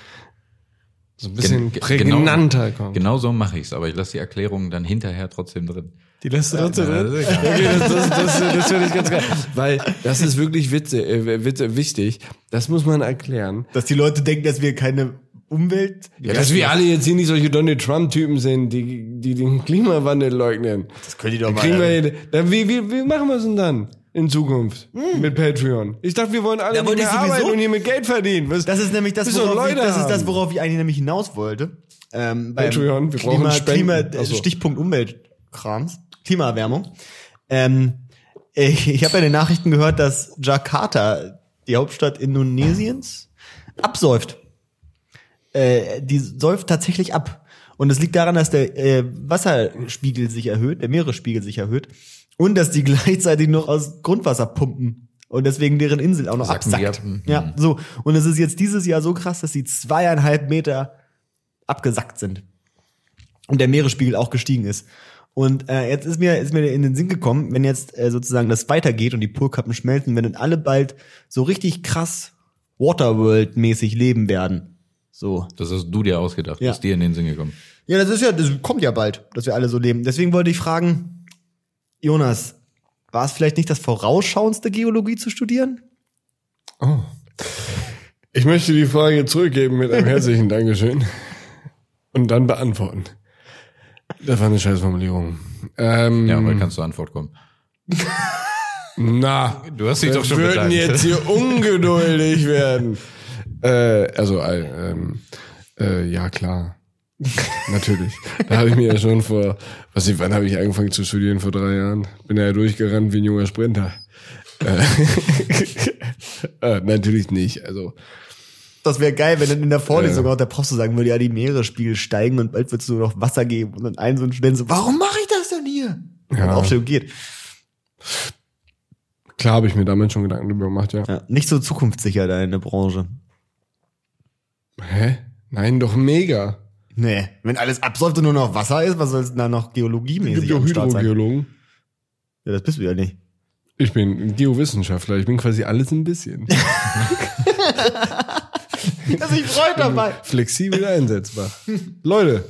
S4: so ein bisschen
S2: Gen- ge-
S4: prägnanter
S2: genau,
S4: kommen.
S2: Genau so mache ich's, aber ich lasse die Erklärung dann hinterher trotzdem drin.
S4: Die lässt du trotzdem
S2: Ja,
S4: drin?
S2: das ist egal.
S4: Okay, das, das, das, das finde ich ganz geil. Weil das ist wirklich witze, äh, witze, wichtig. Das muss man erklären.
S3: Dass die Leute denken, dass wir keine Umwelt.
S4: Ja, dass wir alle jetzt hier nicht solche Donald Trump-Typen sind, die, die den Klimawandel leugnen.
S3: Das können die doch
S4: Dann
S3: mal.
S4: kriegen wir, hier- dann, wie, wie, wie machen wir es denn dann in Zukunft mit Patreon? Ich dachte, wir wollen alle
S3: Hm. Ja,
S4: nicht
S3: wollte
S4: mehr
S3: ich sowieso-
S4: arbeiten und hier mit Geld verdienen. Was,
S3: das ist nämlich das,
S4: Müssen doch
S3: worauf ich,
S4: Leute
S3: das ist das,
S4: haben.
S3: worauf ich eigentlich nämlich hinaus wollte. Ähm, beim
S4: Patreon, wir brauchen
S3: Klima,
S4: Spenden.
S3: Klima,
S4: Ach
S3: äh,
S4: so.
S3: Stichpunkt Umweltkrams, Klimaerwärmung. Ähm, ich ich habe ja in den Nachrichten gehört, dass Jakarta, die Hauptstadt Indonesiens, absäuft. äh, die säuft tatsächlich ab. Und es liegt daran, dass der äh, Wasserspiegel sich erhöht, der Meeresspiegel sich erhöht und dass die gleichzeitig noch aus Grundwasser pumpen und deswegen deren Insel auch noch
S2: Sacken die
S3: absackt.
S2: ab, mhm.
S3: Ja, so. Und es ist jetzt dieses Jahr so krass, dass die zweieinhalb Meter abgesackt sind und der Meeresspiegel auch gestiegen ist. Und äh, jetzt ist mir, ist mir in den Sinn gekommen, wenn jetzt äh, sozusagen das weitergeht und die Polkappen schmelzen, wenn dann alle bald so richtig krass Waterworld-mäßig leben werden. So.
S2: Das hast du dir ausgedacht,
S3: Ja.
S2: ist dir in den Sinn gekommen.
S3: Ja, das ist ja, das kommt ja bald, dass wir alle so leben. Deswegen wollte ich fragen, Jonas, war es vielleicht nicht das vorausschauendste, Geologie zu studieren?
S4: Ich möchte die Frage zurückgeben mit einem herzlichen Dankeschön und dann beantworten. Das war eine scheiß Formulierung. Ähm,
S2: Ja, aber kannst du Antwort kommen.
S4: Na,
S2: Du hast dich
S4: wir
S2: doch schon
S4: würden
S2: bedankt.
S4: jetzt hier ungeduldig werden. Äh, also, äh, ähm, äh, ja klar, natürlich. Da habe ich mir ja schon vor, was ich, wann habe ich angefangen zu studieren? Vor drei Jahren. Bin ja durchgerannt wie ein junger Sprinter. Äh, äh, natürlich nicht. Also
S3: Das wäre geil, wenn dann in der Vorlesung auch der Prof so sagen würde, ja, die Meeresspiegel steigen und bald wird es nur noch Wasser geben. Und dann ein so ein Student so, warum mache ich das denn hier? Und
S4: Ja.
S3: Aufstellung geht.
S4: klar habe ich mir damals schon Gedanken darüber gemacht. Ja.
S3: Ja, nicht so zukunftssicher da in der Branche.
S4: Hä? Nein, doch mega.
S3: Nee, wenn alles absäuft und nur noch Wasser ist, was soll es denn da noch
S4: Es gibt
S3: geologiemäßig
S4: ja auch
S3: am Start sein?
S4: Hydrogeologen.
S3: Ja, das bist du ja nicht.
S4: Ich bin Geowissenschaftler. Ich bin quasi alles ein bisschen.
S3: Das ich freut dabei.
S4: Flexibel einsetzbar. Leute,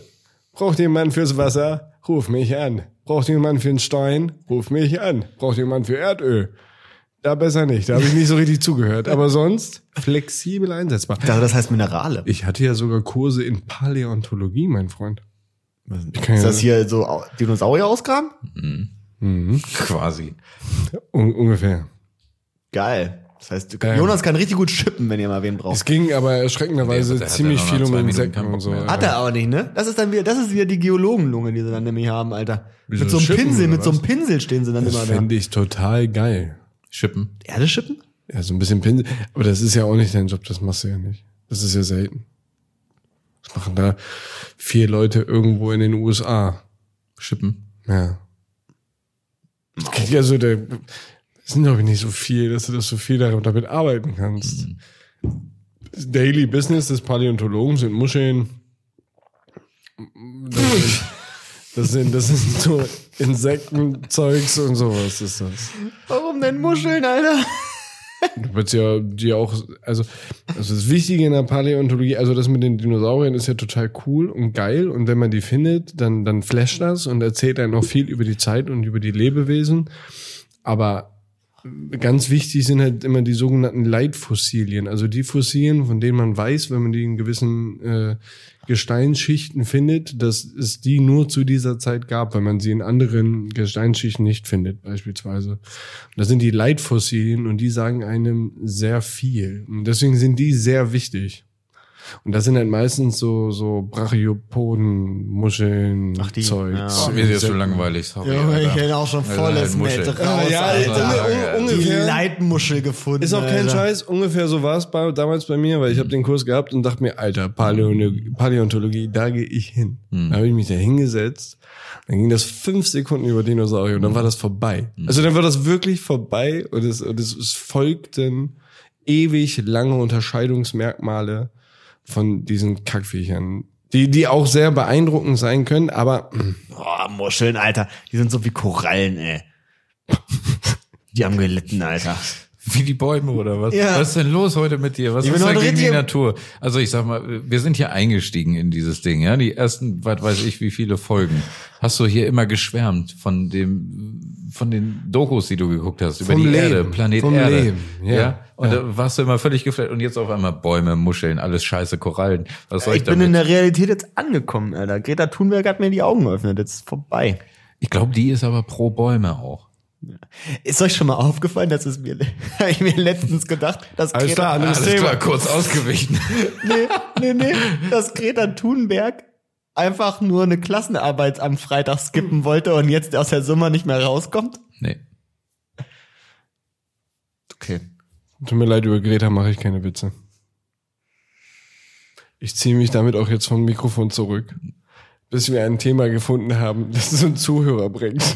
S4: braucht jemand fürs Wasser? Ruf mich an. Braucht jemand für einen Stein? Ruf mich an. Braucht jemand für Erdöl? Da besser nicht. Da habe ich nicht so richtig zugehört. Aber sonst flexibel einsetzbar.
S3: Also das heißt Minerale.
S4: Ich hatte ja sogar Kurse in Paläontologie, mein Freund. kann
S3: ist
S4: ja-
S3: das hier so Au- Dinosaurier ausgraben?
S2: Quasi.
S4: Un ungefähr.
S3: Geil. Das heißt,
S4: Ähm.
S3: Jonas kann richtig gut schippen, wenn ihr mal wen braucht.
S4: Es ging aber erschreckenderweise
S2: Nee, der hat ja
S4: ziemlich
S2: noch
S4: viel
S2: nach
S4: um
S2: zwei Minuten
S4: Insekten
S2: keinen Bock
S4: und so.
S2: mehr.
S3: Hat er aber nicht, ne? Das ist dann wieder, das ist wieder die Geologenlunge, die sie dann nämlich haben, Alter.
S4: Wieso,
S3: Mit so einem
S4: schippen
S3: Pinsel,
S4: oder
S3: mit so
S4: was?
S3: einem Pinsel stehen sie dann
S4: Das
S3: immer da.
S4: fände ich total geil.
S2: Schippen.
S3: Erde schippen?
S4: Ja, so ein bisschen Pinsel. Aber das ist ja auch nicht dein Job, das machst du ja nicht. Das ist ja selten. Das machen da vier Leute irgendwo in den USA.
S2: Schippen.
S4: Ja. Das kriegt ja so der, das sind glaube ich nicht so viel, dass du das so viel dar- damit arbeiten kannst. Das Daily Business des Paläontologen sind Muscheln. Das sind, das sind, das sind so Insektenzeugs und sowas ist das.
S3: Warum denn Muscheln, Alter?
S4: Du wirst ja dir auch, also, also das Wichtige in der Paläontologie, also das mit den Dinosauriern ist ja total cool und geil und wenn man die findet, dann, dann flasht das und erzählt einem auch viel über die Zeit und über die Lebewesen. Aber ganz wichtig sind halt immer die sogenannten Leitfossilien, also die Fossilien, von denen man weiß, wenn man die in gewissen äh, Gesteinsschichten findet, dass es die nur zu dieser Zeit gab, weil man sie in anderen Gesteinsschichten nicht findet, beispielsweise. Und das sind die Leitfossilien und die sagen einem sehr viel. Und deswegen sind die sehr wichtig. Und das sind halt meistens so, so Brachiopoden, Muscheln,
S3: Ach, die,
S4: Zeug.
S3: ja.
S2: Oh, mir ist jetzt schon langweilig. Sorry, Alter.
S3: auch schon
S2: Also halt Muscheln.
S4: Ah, ja,
S2: Alter.
S4: un- un-
S3: Die
S4: ungefähr.
S3: Leitmuschel gefunden.
S4: Ist auch kein
S3: Alter. Hm.
S4: Scheiß, ungefähr so war es bei, damals bei mir, weil ich habe den Kurs gehabt und dachte mir, Alter, Paläontologie, Paläontologie da gehe ich hin.
S3: Hm.
S4: Da habe ich mich da hingesetzt, dann ging das fünf Sekunden über Dinosaurier und dann war das vorbei.
S3: Hm.
S4: Also dann war das wirklich vorbei und es, und es, es folgten ewig lange Unterscheidungsmerkmale von diesen Kackviechern, die, die auch sehr beeindruckend sein können, aber
S3: Boah, Muscheln, Alter. Die sind so wie Korallen, ey. Die haben gelitten, Alter.
S2: Wie die Bäume oder was?
S3: Ja.
S2: Was ist denn los heute mit dir? Was
S3: Ich
S2: ist
S3: bin
S2: denn
S3: heute
S2: gegen die
S3: richtig-
S2: Natur? Also ich sag mal, wir sind hier eingestiegen in dieses Ding, ja? Die ersten, was weiß ich, wie viele Folgen. Hast du hier immer geschwärmt von dem, von den Dokus, die du geguckt hast, über
S4: Vom
S2: die
S4: Leben.
S2: Erde, Planet
S4: Vom
S2: Erde.
S4: Leben, ja.
S2: Und
S4: Ja.
S2: da warst du immer völlig geflasht. Und jetzt auf einmal Bäume, Muscheln, alles scheiße, Korallen. Was soll ich,
S3: Ich bin
S2: damit?
S3: in der Realität jetzt angekommen, Alter. Greta Thunberg hat mir die Augen geöffnet. Jetzt ist vorbei.
S2: ich glaube, die ist aber pro Bäume auch.
S3: Ist euch schon mal aufgefallen, dass es mir, hab ich mir letztens gedacht, dass
S4: Alles klar,
S3: Greta,
S4: anderes
S2: Alles
S4: Thema.
S2: klar, kurz ausgewichen.
S3: nee, nee, nee, dass Greta Thunberg einfach nur eine Klassenarbeit am Freitag skippen wollte und jetzt aus der Summe nicht mehr rauskommt?
S2: nee.
S3: Okay.
S4: Tut mir leid, über Greta mache ich keine Witze. Ich ziehe mich damit auch jetzt vom Mikrofon zurück, bis wir ein Thema gefunden haben, das es uns Zuhörer bringt.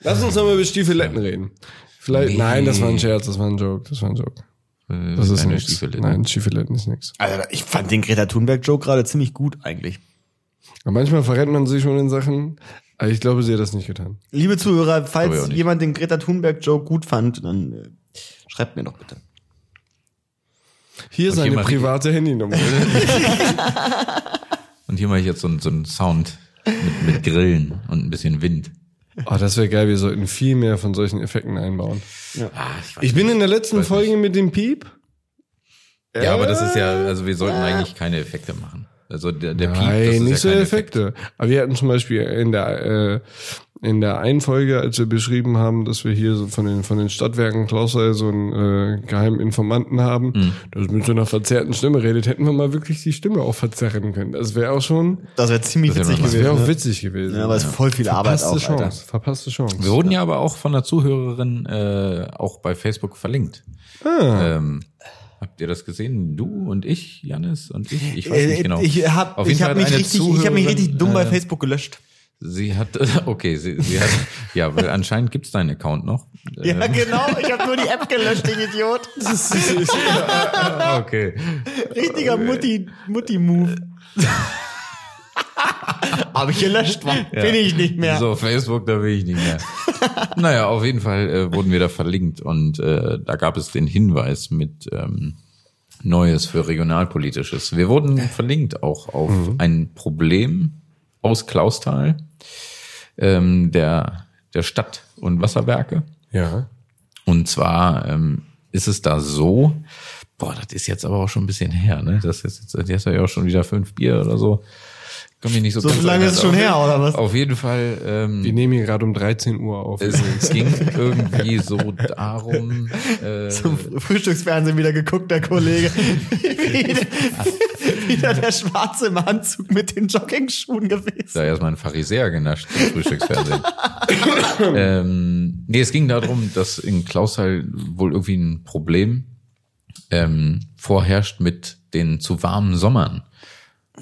S4: Lass uns nochmal über Stiefeletten reden. Vielleicht, nein, das war ein Scherz, das war ein Joke, das war ein Joke.
S2: Äh,
S4: Das ist
S2: Keine
S4: nichts.
S2: Stiefel in.
S4: Nein, Stiefeletten ist nichts.
S3: Also ich fand den Greta Thunberg-Joke gerade ziemlich gut eigentlich.
S4: Aber manchmal verrät man sich schon in Sachen, aber ich glaube, sie hat das nicht getan.
S3: Liebe Zuhörer,
S2: Glaub ich
S3: falls
S2: auch nicht.
S3: jemand den Greta Thunberg-Joke gut fand, dann äh, schreibt mir doch bitte.
S4: Hier ist
S2: Und
S4: eine
S2: jemand-
S4: private Handynummer.
S2: Und hier mache ich jetzt so, einen- so einen Sound mit, mit Grillen und ein bisschen Wind.
S4: Oh, das wäre geil, wir sollten viel mehr von solchen Effekten einbauen.
S2: Ah, ich weiß
S4: Ich bin in der letzten
S2: Weiß
S4: Folge mit dem Piep.
S2: nicht. ja, aber das ist ja, also wir sollten eigentlich keine Effekte machen. Also der, der Piep, das ist
S4: Nein, nicht
S2: ja
S4: so
S2: kein Effekt.
S4: Effekte. Aber wir hatten zum Beispiel in der, äh, in der einen Folge, als wir beschrieben haben, dass wir hier so von den, von den Stadtwerken Klausel so einen äh, geheimen Informanten haben,
S3: Hm.
S4: der mit so einer verzerrten Stimme redet, hätten wir mal wirklich die Stimme auch verzerren können. Das wäre auch schon,
S3: Das wäre ziemlich
S2: Das wär
S3: witzig
S2: noch
S4: das
S3: gewesen.
S4: wäre auch
S3: ne?
S4: witzig gewesen.
S3: Ja, aber es ist voll viel Arbeit auch,
S4: verpasste Chance,
S3: Alter.
S4: verpasste Chance.
S2: Wir wurden ja aber auch von einer Zuhörerin äh, auch bei Facebook verlinkt.
S4: Ah.
S2: Ähm, habt ihr das gesehen? Du und ich, Jannis und ich? Ich weiß
S3: Äh,
S2: nicht genau.
S3: Ich habe
S2: Auf jeden
S3: ich
S2: Fall
S3: hab
S2: hat
S3: mich,
S2: eine
S3: richtig- ich hab mich
S2: Zuhörerin,
S3: richtig dumm bei
S2: äh,
S3: Facebook gelöscht.
S2: Sie hat, okay, sie, sie hat, ja, weil anscheinend gibt's deinen Account noch.
S3: Ja,
S2: Äh,
S3: genau. Ich habe nur die App gelöscht, den Idiot. Ah.
S2: okay.
S3: Richtiger Mutti, Mutti-Move. Habe ich gelöscht, Mann. Bin ich nicht mehr.
S2: So, Facebook, da will ich nicht mehr. naja, auf jeden Fall äh, wurden wir da verlinkt und äh, da gab es den Hinweis mit ähm, Neues für Regionalpolitisches. Wir wurden verlinkt auch auf
S3: Mhm.
S2: ein Problem aus Klausthal, ähm, der, der Stadt- und Wasserwerke.
S4: Ja.
S2: Und zwar ähm, ist es da so, boah, das ist jetzt aber auch schon ein bisschen her, ne? Das ist jetzt, jetzt war ja auch schon wieder fünf Bier oder so. Komm mir nicht so,
S3: So
S2: ganz
S3: lange ist es
S2: erinnern.
S3: schon her, oder was?
S2: Auf jeden Fall, ähm,
S4: Wir nehmen hier gerade um 13 Uhr auf.
S2: es, es ging irgendwie so darum, äh,
S3: Zum Frühstücksfernsehen wieder geguckt, der Kollege. wieder, wieder der Schwarze im Anzug mit den Joggingschuhen gewesen.
S2: da erstmal ein Pharisäer genascht im Frühstücksfernsehen. ähm, nee, es ging darum, dass in Klausthal wohl irgendwie ein Problem ähm, vorherrscht mit den zu warmen Sommern.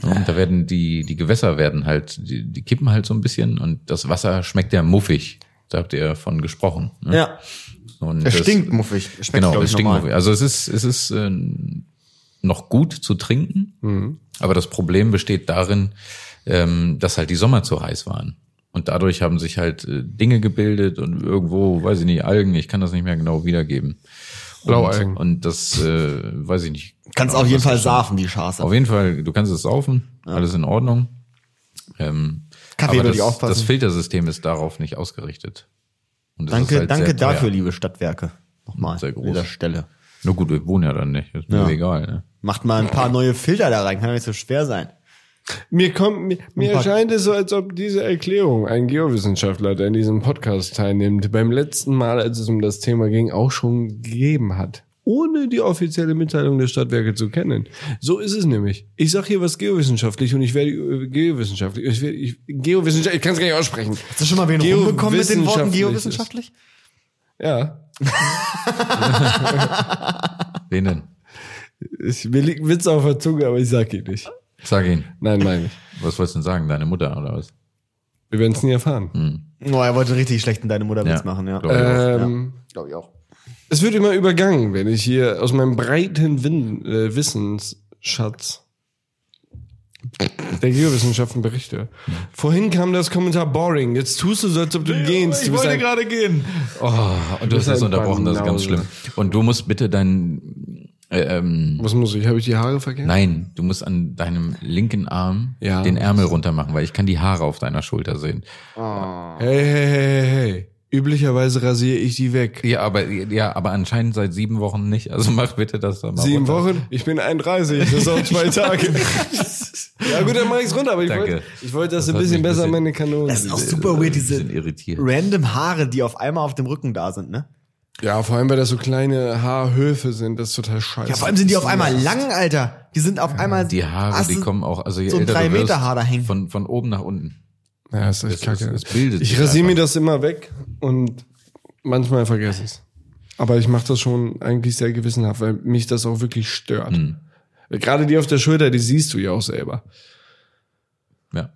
S2: Und da werden die, die Gewässer werden halt, die, die kippen halt so ein bisschen und das Wasser schmeckt ja muffig. Da habt ihr von gesprochen. Ne?
S3: Ja.
S2: Und
S3: Es
S2: das-
S3: stinkt muffig. Schmeckt,
S2: genau,
S3: glaub
S2: es
S3: ich,
S2: stinkt.
S3: normal.
S2: muffig. Also es ist, es ist äh, noch gut zu trinken,
S3: Mhm.
S2: aber das Problem besteht darin, ähm, dass halt die Sommer zu heiß waren. Und dadurch haben sich halt äh, Dinge gebildet und irgendwo, weiß ich nicht, Algen, ich kann das nicht mehr genau wiedergeben.
S4: Blaualgen.
S2: Und, und das, äh, weiß ich nicht.
S3: Kannst
S2: genau,
S3: auf jeden
S2: was
S3: Fall
S2: das-
S3: sarfen, die Schaße.
S2: Auf jeden Fall, du kannst es saufen, alles in Ordnung. Ähm,
S3: Kaffee
S2: aber
S3: würde ich
S2: das,
S3: aufpassen.
S2: Das Filtersystem ist darauf nicht ausgerichtet. Und das ist
S3: Danke,
S2: halt
S3: danke
S2: sehr teuer.
S3: dafür, liebe Stadtwerke. Nochmal
S2: Sehr groß.
S3: an dieser Stelle.
S2: Nur gut, wir wohnen ja dann nicht, ist mir
S3: Ja.
S2: egal. Ne?
S3: Macht mal ein paar neue Filter da rein, kann doch nicht so schwer sein.
S4: Mir kommt, mir, mir
S3: Ein paar-
S4: erscheint es so, als ob diese Erklärung ein Geowissenschaftler, der in diesem Podcast teilnimmt, beim letzten Mal, als es um das Thema ging, auch schon gegeben hat. Ohne die offizielle Mitteilung der Stadtwerke zu kennen. So ist es nämlich. Ich sag hier was geowissenschaftlich und ich werde äh, geowissenschaftlich. Ich werde, ich, geowissenschaftlich, ich kann es gar nicht aussprechen.
S3: Hast du schon mal wen rumbekommen mit den Worten geowissenschaftlich?
S4: Ja.
S2: Wen denn?
S4: Ich, mir liegt ein Witz auf der Zunge, aber ich sag ihn nicht.
S2: Sag ihn.
S4: Nein, nein.
S2: Was wolltest du denn sagen? Deine Mutter oder was?
S4: Wir werden es nie erfahren.
S3: Oh, er wollte richtig schlecht in deine Mutter Witz
S2: Ja,
S3: machen, ja. Äh,
S2: glaub ich.
S4: Ähm,
S3: Glaube ich auch.
S4: Es wird immer übergangen, wenn ich hier aus meinem breiten Win äh, Wissensschatz der Geowissenschaften berichte. Vorhin kam das Kommentar boring. Jetzt tust du so, als ob du gehst. Du bist ein,
S2: gerade gehen. Oh, und du
S4: bist
S2: hast jetzt
S3: halt
S4: ein
S2: unterbrochen, das ist ganz
S3: genau
S2: schlimm.
S4: Banause.
S2: Und du musst bitte dein, äh, ähm,
S4: was muss ich? Habe ich die Haare verkehrt?
S2: nein, du musst an deinem linken Arm
S4: Ja.
S2: den Ärmel runter machen, weil ich kann die Haare auf deiner Schulter sehen.
S4: Hey, hey, hey, hey, hey. Üblicherweise rasiere ich die weg.
S2: Ja, aber, ja, aber anscheinend seit sieben Wochen nicht. Also mach bitte das dann mal
S4: Sieben
S2: runter.
S4: Wochen? Ich bin 31, das ist auch zwei Tage. ja gut, dann mach ich's runter, aber ich
S2: Danke.
S4: wollte, ich wollte, dass ein
S2: Das hat
S4: bisschen
S2: mich ein
S4: besser
S2: bisschen-
S4: meine Kanone
S3: Das ist auch super weird, diese
S2: bisschen irritiert.
S3: random Haare, die auf einmal auf dem Rücken da sind, ne?
S4: Ja, vor allem, weil das so kleine Haarhöfe sind, das ist total scheiße.
S3: Ja, vor allem sind die auf einmal lang, Alter. Die sind auf einmal...
S2: Die Haare,
S3: Hast
S2: die
S3: du-
S2: kommen auch, also je
S3: so ein
S2: älter du wirst,
S3: Drei-Meter-Haar da hängen.
S2: Von, von oben nach unten.
S4: Ja, ist echt
S2: Das-
S4: kacke.
S2: das bildet
S4: ich
S2: sich
S4: rasiere
S2: einfach.
S4: mir das immer weg und manchmal vergesse ich es. Aber ich mache das schon eigentlich sehr gewissenhaft, weil mich das auch wirklich stört.
S2: Hm.
S4: Gerade die auf der Schulter, die siehst du ja auch selber.
S2: Ja.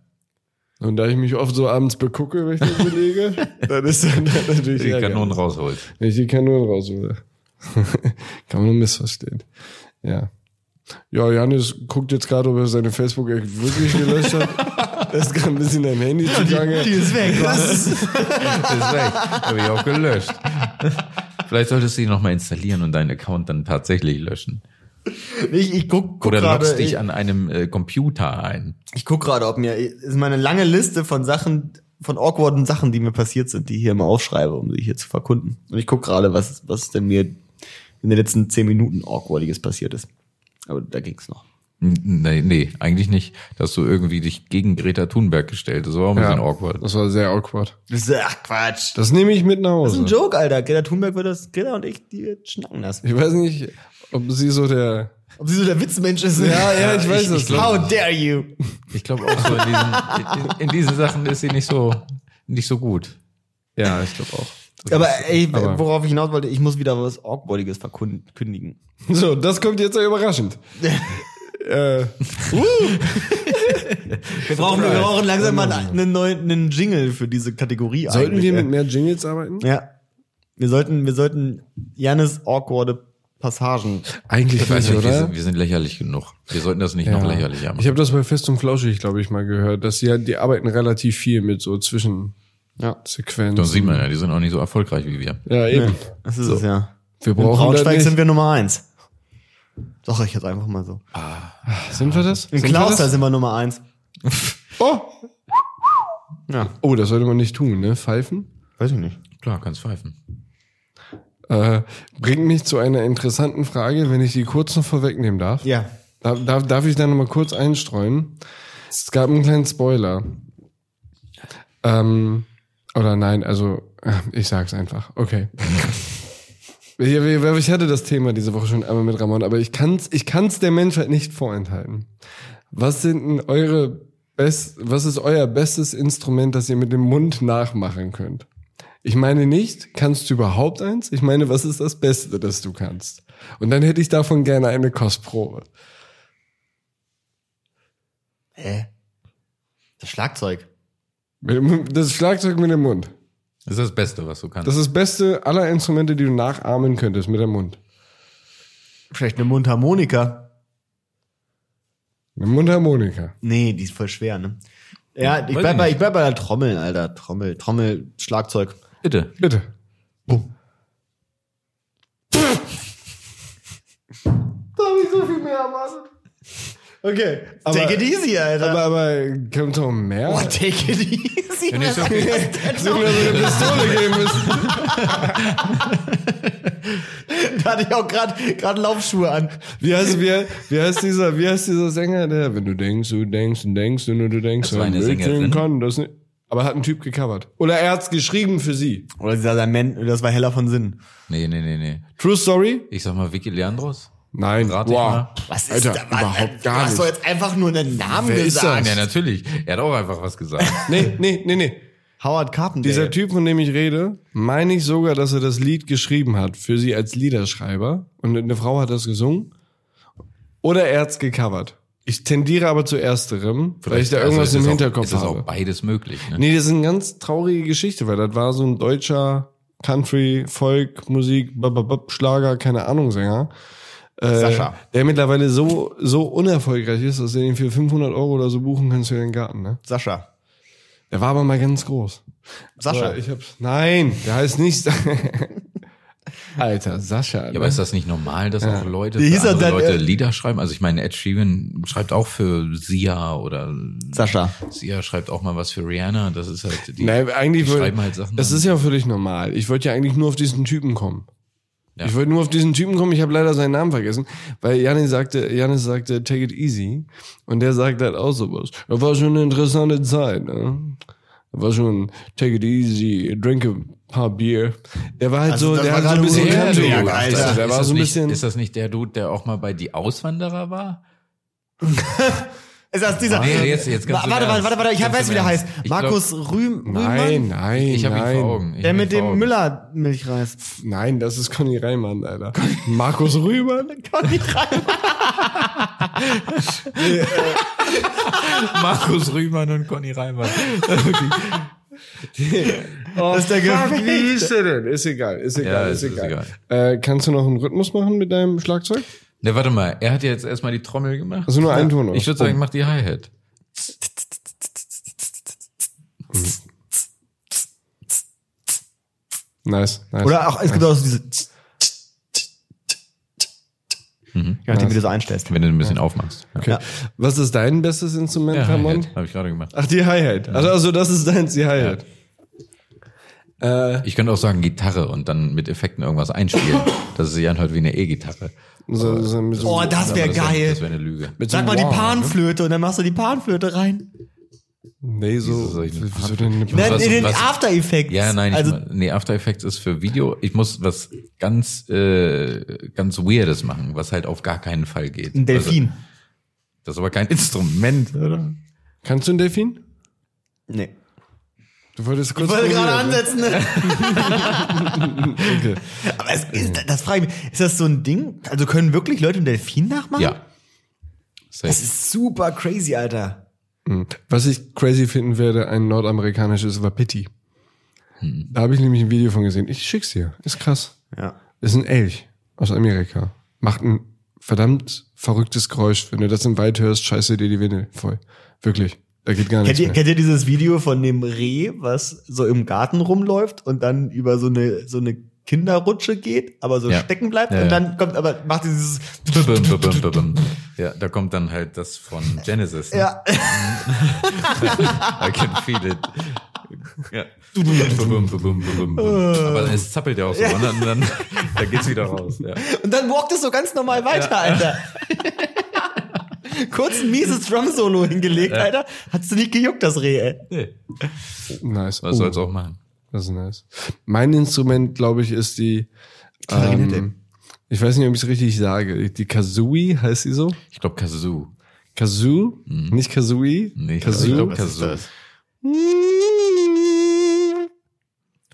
S4: Und da ich mich oft so abends begucke, wenn ich das belege, dann ist dann natürlich
S2: Die
S4: Ärger.
S2: Kanonen
S3: genau.
S2: rausholt.
S4: Wenn ich die Kanonen raushole. Kann man nur missverstehen. Ja. Ja, Janis guckt jetzt gerade, ob er seine facebook app wirklich gelöscht hat. Es ist gerade ein bisschen am Handy zugange.
S3: Die ist weg, was?
S2: ist weg. Habe ich auch gelöscht. Vielleicht solltest du ihn nochmal installieren und deinen Account dann tatsächlich löschen.
S3: Ich, ich guck, guck
S2: Oder loggst dich
S3: gerade...
S2: an einem äh, Computer ein.
S3: Ich guck gerade, ob mir ist meine lange Liste von Sachen, von awkwarden Sachen, die mir passiert sind, die ich hier immer aufschreibe, um sie hier zu verkunden. Und ich guck gerade, was was denn mir in den letzten zehn Minuten awkwardiges passiert ist. Aber da ging's noch.
S2: N- Nee, nee, eigentlich nicht. Dass du irgendwie dich gegen Greta Thunberg gestellt hast. Das war auch ein bisschen awkward.
S4: Das war sehr awkward.
S3: Das ist, ach Quatsch.
S4: Das nehme ich mit nach
S3: Das ist ein
S4: Hause.
S3: Joke, Alter. Greta Thunberg wird das, Greta und ich, die schnacken das.
S4: Ich weiß nicht, ob sie so der.
S3: Ob sie so der Witzmensch ist.
S4: Ja, ja, ich weiß das.
S3: How dare you?
S2: Ich glaube auch so in diesen, in, in diesen Sachen ist sie nicht so, nicht so gut.
S4: Ja, ich glaube auch.
S3: Aber ey,
S4: Aber-
S3: worauf ich hinaus wollte, ich muss wieder was awkwardiges verkündigen.
S4: So, das kommt jetzt ja überraschend. äh,
S3: Wir brauchen, wir brauchen langsam mal einen neuen einen Jingle für diese Kategorie
S4: Sollten
S3: eigentlich, äh.
S4: wir
S3: ey.
S4: mit mehr Jingles arbeiten?
S3: Ja. Wir sollten, wir sollten Janis awkwarde Passagen.
S4: Eigentlich
S2: Ich weiß
S4: nicht,
S2: nicht, wir
S4: oder?
S2: sind, wir sind lächerlich genug. Wir sollten das nicht noch
S4: Ja.
S2: lächerlicher
S4: Ich
S2: machen.
S4: habe das bei Fest und Flauschig, glaube ich, mal gehört, dass sie halt, die arbeiten relativ viel mit so
S3: Ja.
S4: Zwischensequenzen.
S2: Dann sieht man ja, die sind auch nicht so erfolgreich wie wir.
S4: Ja, eben.
S3: Das ist es, ja.
S4: Wir
S3: In
S4: brauchen das
S3: Braunschweig
S4: nicht.
S3: sind wir Nummer eins. Doch, ich jetzt einfach mal so.
S4: sind wir das?
S3: In
S4: Sind wir
S3: Klauster
S4: das?
S3: sind wir Nummer eins.
S4: Oh!
S3: Ja.
S4: oh, das sollte man nicht tun, ne? Pfeifen?
S3: Weiß ich nicht.
S2: Klar, kannst pfeifen.
S4: Äh, bringt mich zu einer interessanten Frage, wenn ich die kurz noch vorwegnehmen darf.
S3: Ja.
S4: Darf, darf, darf ich da nochmal kurz einstreuen? Es gab einen kleinen Spoiler. Ähm, oder nein, also äh, ich sag's einfach. Okay. Ich, ich- ich hatte das Thema diese Woche schon einmal mit Ramon, aber ich kann's, ich kann's der Menschheit nicht vorenthalten. Was sind denn eure best, was ist euer bestes Instrument, das ihr mit dem Mund nachmachen könnt? Ich meine nicht, kannst du überhaupt eins? Ich meine, was ist das Beste, das du kannst? Und dann hätte ich davon gerne eine Kostprobe.
S3: Hä? Das Schlagzeug.
S4: Mit dem Mund- Das Schlagzeug mit dem Mund.
S2: Das ist das Beste, was du kannst.
S4: Das ist das Beste aller Instrumente, die du nachahmen könntest mit dem Mund.
S3: Vielleicht eine Mundharmonika.
S4: Eine Mundharmonika.
S3: Nee, die ist voll schwer, ne? Ja, ich
S2: Weiß
S3: bleib,
S2: ich
S3: bei,
S2: nicht.
S3: ich bleib bei der Trommel, Alter. Trommel, Trommel, Schlagzeug.
S2: Bitte.
S4: Bitte.
S3: Boom.
S4: Da habe ich so viel mehr erwartet. Okay. Aber,
S3: Take it easy, Alter.
S4: Aber, aber kommt doch um mehr.
S3: Oh, take it easy.
S2: Ja, nee, ist okay.
S4: So mir so eine Pistole geben müssen.
S3: Da hatte ich auch gerade gerade Laufschuhe an.
S4: Wie heißt, wie, wie, heißt dieser, wie heißt dieser Sänger, der, wenn du denkst, du denkst und denkst und du denkst,
S2: Das war eine
S4: und willst,
S2: Sängerin.
S4: kann das nicht. Aber hat ein Typ gecovert. Oder er hat's geschrieben für sie.
S3: Oder dieser der Man, das war heller von Sinn.
S2: Nee, nee, nee, nee.
S4: True Story?
S2: Ich sag mal, Vicky Leandros?
S4: Nein.
S2: Rate ich
S4: wow.
S2: mal.
S3: Was ist
S4: Alter,
S3: da? Was,
S4: überhaupt gar
S3: hast
S4: nicht.
S3: du jetzt einfach nur einen Namen
S4: Wer ist
S3: gesagt?
S2: Ja, natürlich. Er hat auch einfach was gesagt.
S4: Nee, nee, nee, nee.
S3: Howard Carpenter.
S4: Dieser Typ, von dem ich rede, meine ich sogar, dass er das Lied geschrieben hat für sie als Liederschreiber. Und eine Frau hat das gesungen. Oder er hat's gecovert. Ich tendiere aber zu ersterem, weil ich da irgendwas
S2: Also ist das
S4: im
S2: auch-
S4: Hinterkopf
S2: Ist das
S4: habe.
S2: auch beides möglich? Ne?
S4: Nee, das ist eine ganz traurige Geschichte, weil das war so ein deutscher Country, Folk, Musik, bababab, Schlager, keine Ahnung, Sänger. Äh,
S3: Sascha.
S4: Der mittlerweile so, so unerfolgreich ist, dass du ihn für 500 Euro oder so buchen kannst für den Garten, ne?
S3: Sascha.
S4: Der war aber mal ganz groß.
S3: Sascha.
S4: Aber Ich hab's, nein, der heißt nicht. Alter, Sascha.
S2: Ja, aber ist das nicht normal, dass auch Leute,
S3: Wie
S2: für
S3: hieß er
S2: andere
S3: denn,
S2: Leute
S3: äh?
S2: Lieder schreiben? Also ich meine, Ed Sheeran schreibt auch für Sia oder
S3: Sascha.
S2: Sia schreibt auch mal was für Rihanna. Das ist halt die.
S4: Nein, eigentlich
S2: die
S4: wollt-
S2: schreiben halt Sachen
S4: Das
S2: an.
S4: ist ja völlig normal. Ich wollte ja eigentlich nur auf diesen Typen kommen.
S2: Ja.
S4: Ich wollte nur auf diesen Typen kommen, ich habe leider seinen Namen vergessen, weil Janis sagte, Janis sagte, take it easy. Und der sagt halt auch sowas. Das war schon eine interessante Zeit, ne? Das war schon take it easy, drink a paar Bier. Der war halt
S3: Also
S4: so,
S3: das
S4: der
S3: war
S4: hat so ein
S3: gerade
S4: bisschen
S3: Udo
S4: Country
S3: Lindenberg,
S4: gemacht,
S3: Alter.
S4: Alter. Der
S2: Also ist
S4: war
S2: das
S4: so ein
S2: nicht,
S4: bisschen.
S2: Ist das nicht der Dude, der auch mal bei die Auswanderer war?
S3: Ist das dieser?
S2: Nee, jetzt- jetzt ganz
S3: warte,
S2: im
S3: warte,
S2: Ernst.
S3: warte, warte, ich
S2: Ganz
S3: weiß, wie
S2: im
S3: der
S2: Ernst.
S3: heißt.
S2: Ich glaub-
S3: Markus Rühm, Rühmann?
S4: nein, nein,
S2: Ich habe ihn
S4: nein.
S2: vor Augen. Ich
S3: Der
S2: hab ihn
S3: mit
S2: vor
S3: dem
S2: Augen.
S3: Müller-Milchreis.
S4: Nein, das ist Conny Reimann, Alter. Markus Rühmann?
S3: Conny Reimann.
S2: Markus Rühmann und Conny Reimann.
S3: Das ist der
S4: Wie
S3: Gefecht.
S4: ist der denn? Ist egal, ist egal,
S2: Ja,
S4: ist,
S2: ist- ist
S4: egal. Äh, kannst du noch einen Rhythmus machen mit deinem Schlagzeug?
S2: Ne, warte mal. Er hat ja jetzt erstmal die Trommel gemacht.
S4: Also nur einen Ton. oder?
S2: Ich würde sagen, mach die Hi-Hat.
S4: Nice, nice.
S3: Oder auch, es gibt auch so diese. Ja, Mhm. nachdem, wie du so einstellst.
S2: Wenn du ein bisschen aufmachst. Ja.
S4: okay. Was ist dein bestes Instrument,
S2: Ja,
S4: Ramon?
S2: Hi-Hat. Habe ich gerade gemacht.
S4: Ach, die Hi-Hat. Also, also das ist deins, die Hi-Hat.
S2: Ich könnte auch sagen Gitarre und dann mit Effekten irgendwas einspielen, dass es sich anhört wie eine E-Gitarre.
S4: So, so, mit so,
S3: Oh, das wäre
S2: Aber das wär-
S3: geil.
S2: Das wäre eine Lüge.
S4: mit so
S3: Sag mal die
S4: einem Wah, ne?
S3: Panflöte und dann machst du die Panflöte rein.
S4: Nee, so.
S2: Wieso soll ich eine
S4: Wieso denn eine
S3: Nein,
S4: Pan-
S2: was-
S3: in den
S2: was-
S3: After Effects.
S2: Ja, nein, ich
S3: also,
S2: mein- nee, After Effects ist für Video. Ich muss was ganz, äh, ganz Weirdes machen, was halt auf gar keinen Fall geht.
S3: ein Delfin.
S2: Also, das ist aber kein Instrument, oder?
S4: Kannst du einen Delfin?
S3: nee.
S4: Du wolltest kurz.
S3: Ich wollte
S4: probieren,
S3: gerade
S4: ne?
S3: ansetzen. ne?
S2: ne?
S4: Okay.
S3: Aber es ist, das frage ich mich, ist das so ein Ding? Also können wirklich Leute einen Delfin nachmachen?
S2: Ja. Safe.
S3: Das ist super crazy, Alter.
S4: Was ich crazy finden werde, ein nordamerikanisches Wapiti.
S2: Hm.
S4: Da habe ich nämlich ein Video von gesehen. Ich schick's dir. Ist krass.
S3: Ja.
S4: Ist ein Elch aus Amerika. Macht ein verdammt verrücktes Geräusch. Wenn du das im Wald hörst, scheiße dir die Windel voll. Wirklich. Da geht gar
S3: Kennt
S4: nichts
S3: ihr,
S4: mehr.
S3: kennt ihr dieses Video von dem Reh, was so im Garten rumläuft und dann über so eine, so eine Kinderrutsche geht, aber so
S2: Ja.
S3: stecken bleibt
S2: Ja,
S3: und
S2: ja.
S3: dann kommt aber, macht dieses,
S2: Bim, bim, bim, bim, bim. Ja, da kommt dann halt das von Genesis. ne?
S3: ja,
S2: I can feel it. Ja. Bum, bum, bum, bum, bum, bum. Aber es zappelt Ah. ja auch so. Und dann, dann, dann geht's wieder raus. Ja.
S3: und dann walkt es so ganz normal weiter, Alter. Kurz ein mieses Drum-Solo hingelegt, Alter. Hat's du nicht gejuckt, das Reh, ey.
S2: Nee,
S4: Nice.
S2: was
S4: Oh,
S2: soll's auch machen?
S4: Das ist nice. Mein Instrument, glaube ich, ist die.
S3: Klarinette.
S4: Ähm, ich weiß nicht, ob ich es richtig sage. Die Kazooie heißt sie so?
S2: Ich glaube Kazoo.
S4: Kazoo? Nicht Kazooie?
S2: Mhm. Nee, ich
S4: Kazoo?
S2: glaub,
S6: Was ist
S2: Kazoo.
S6: das?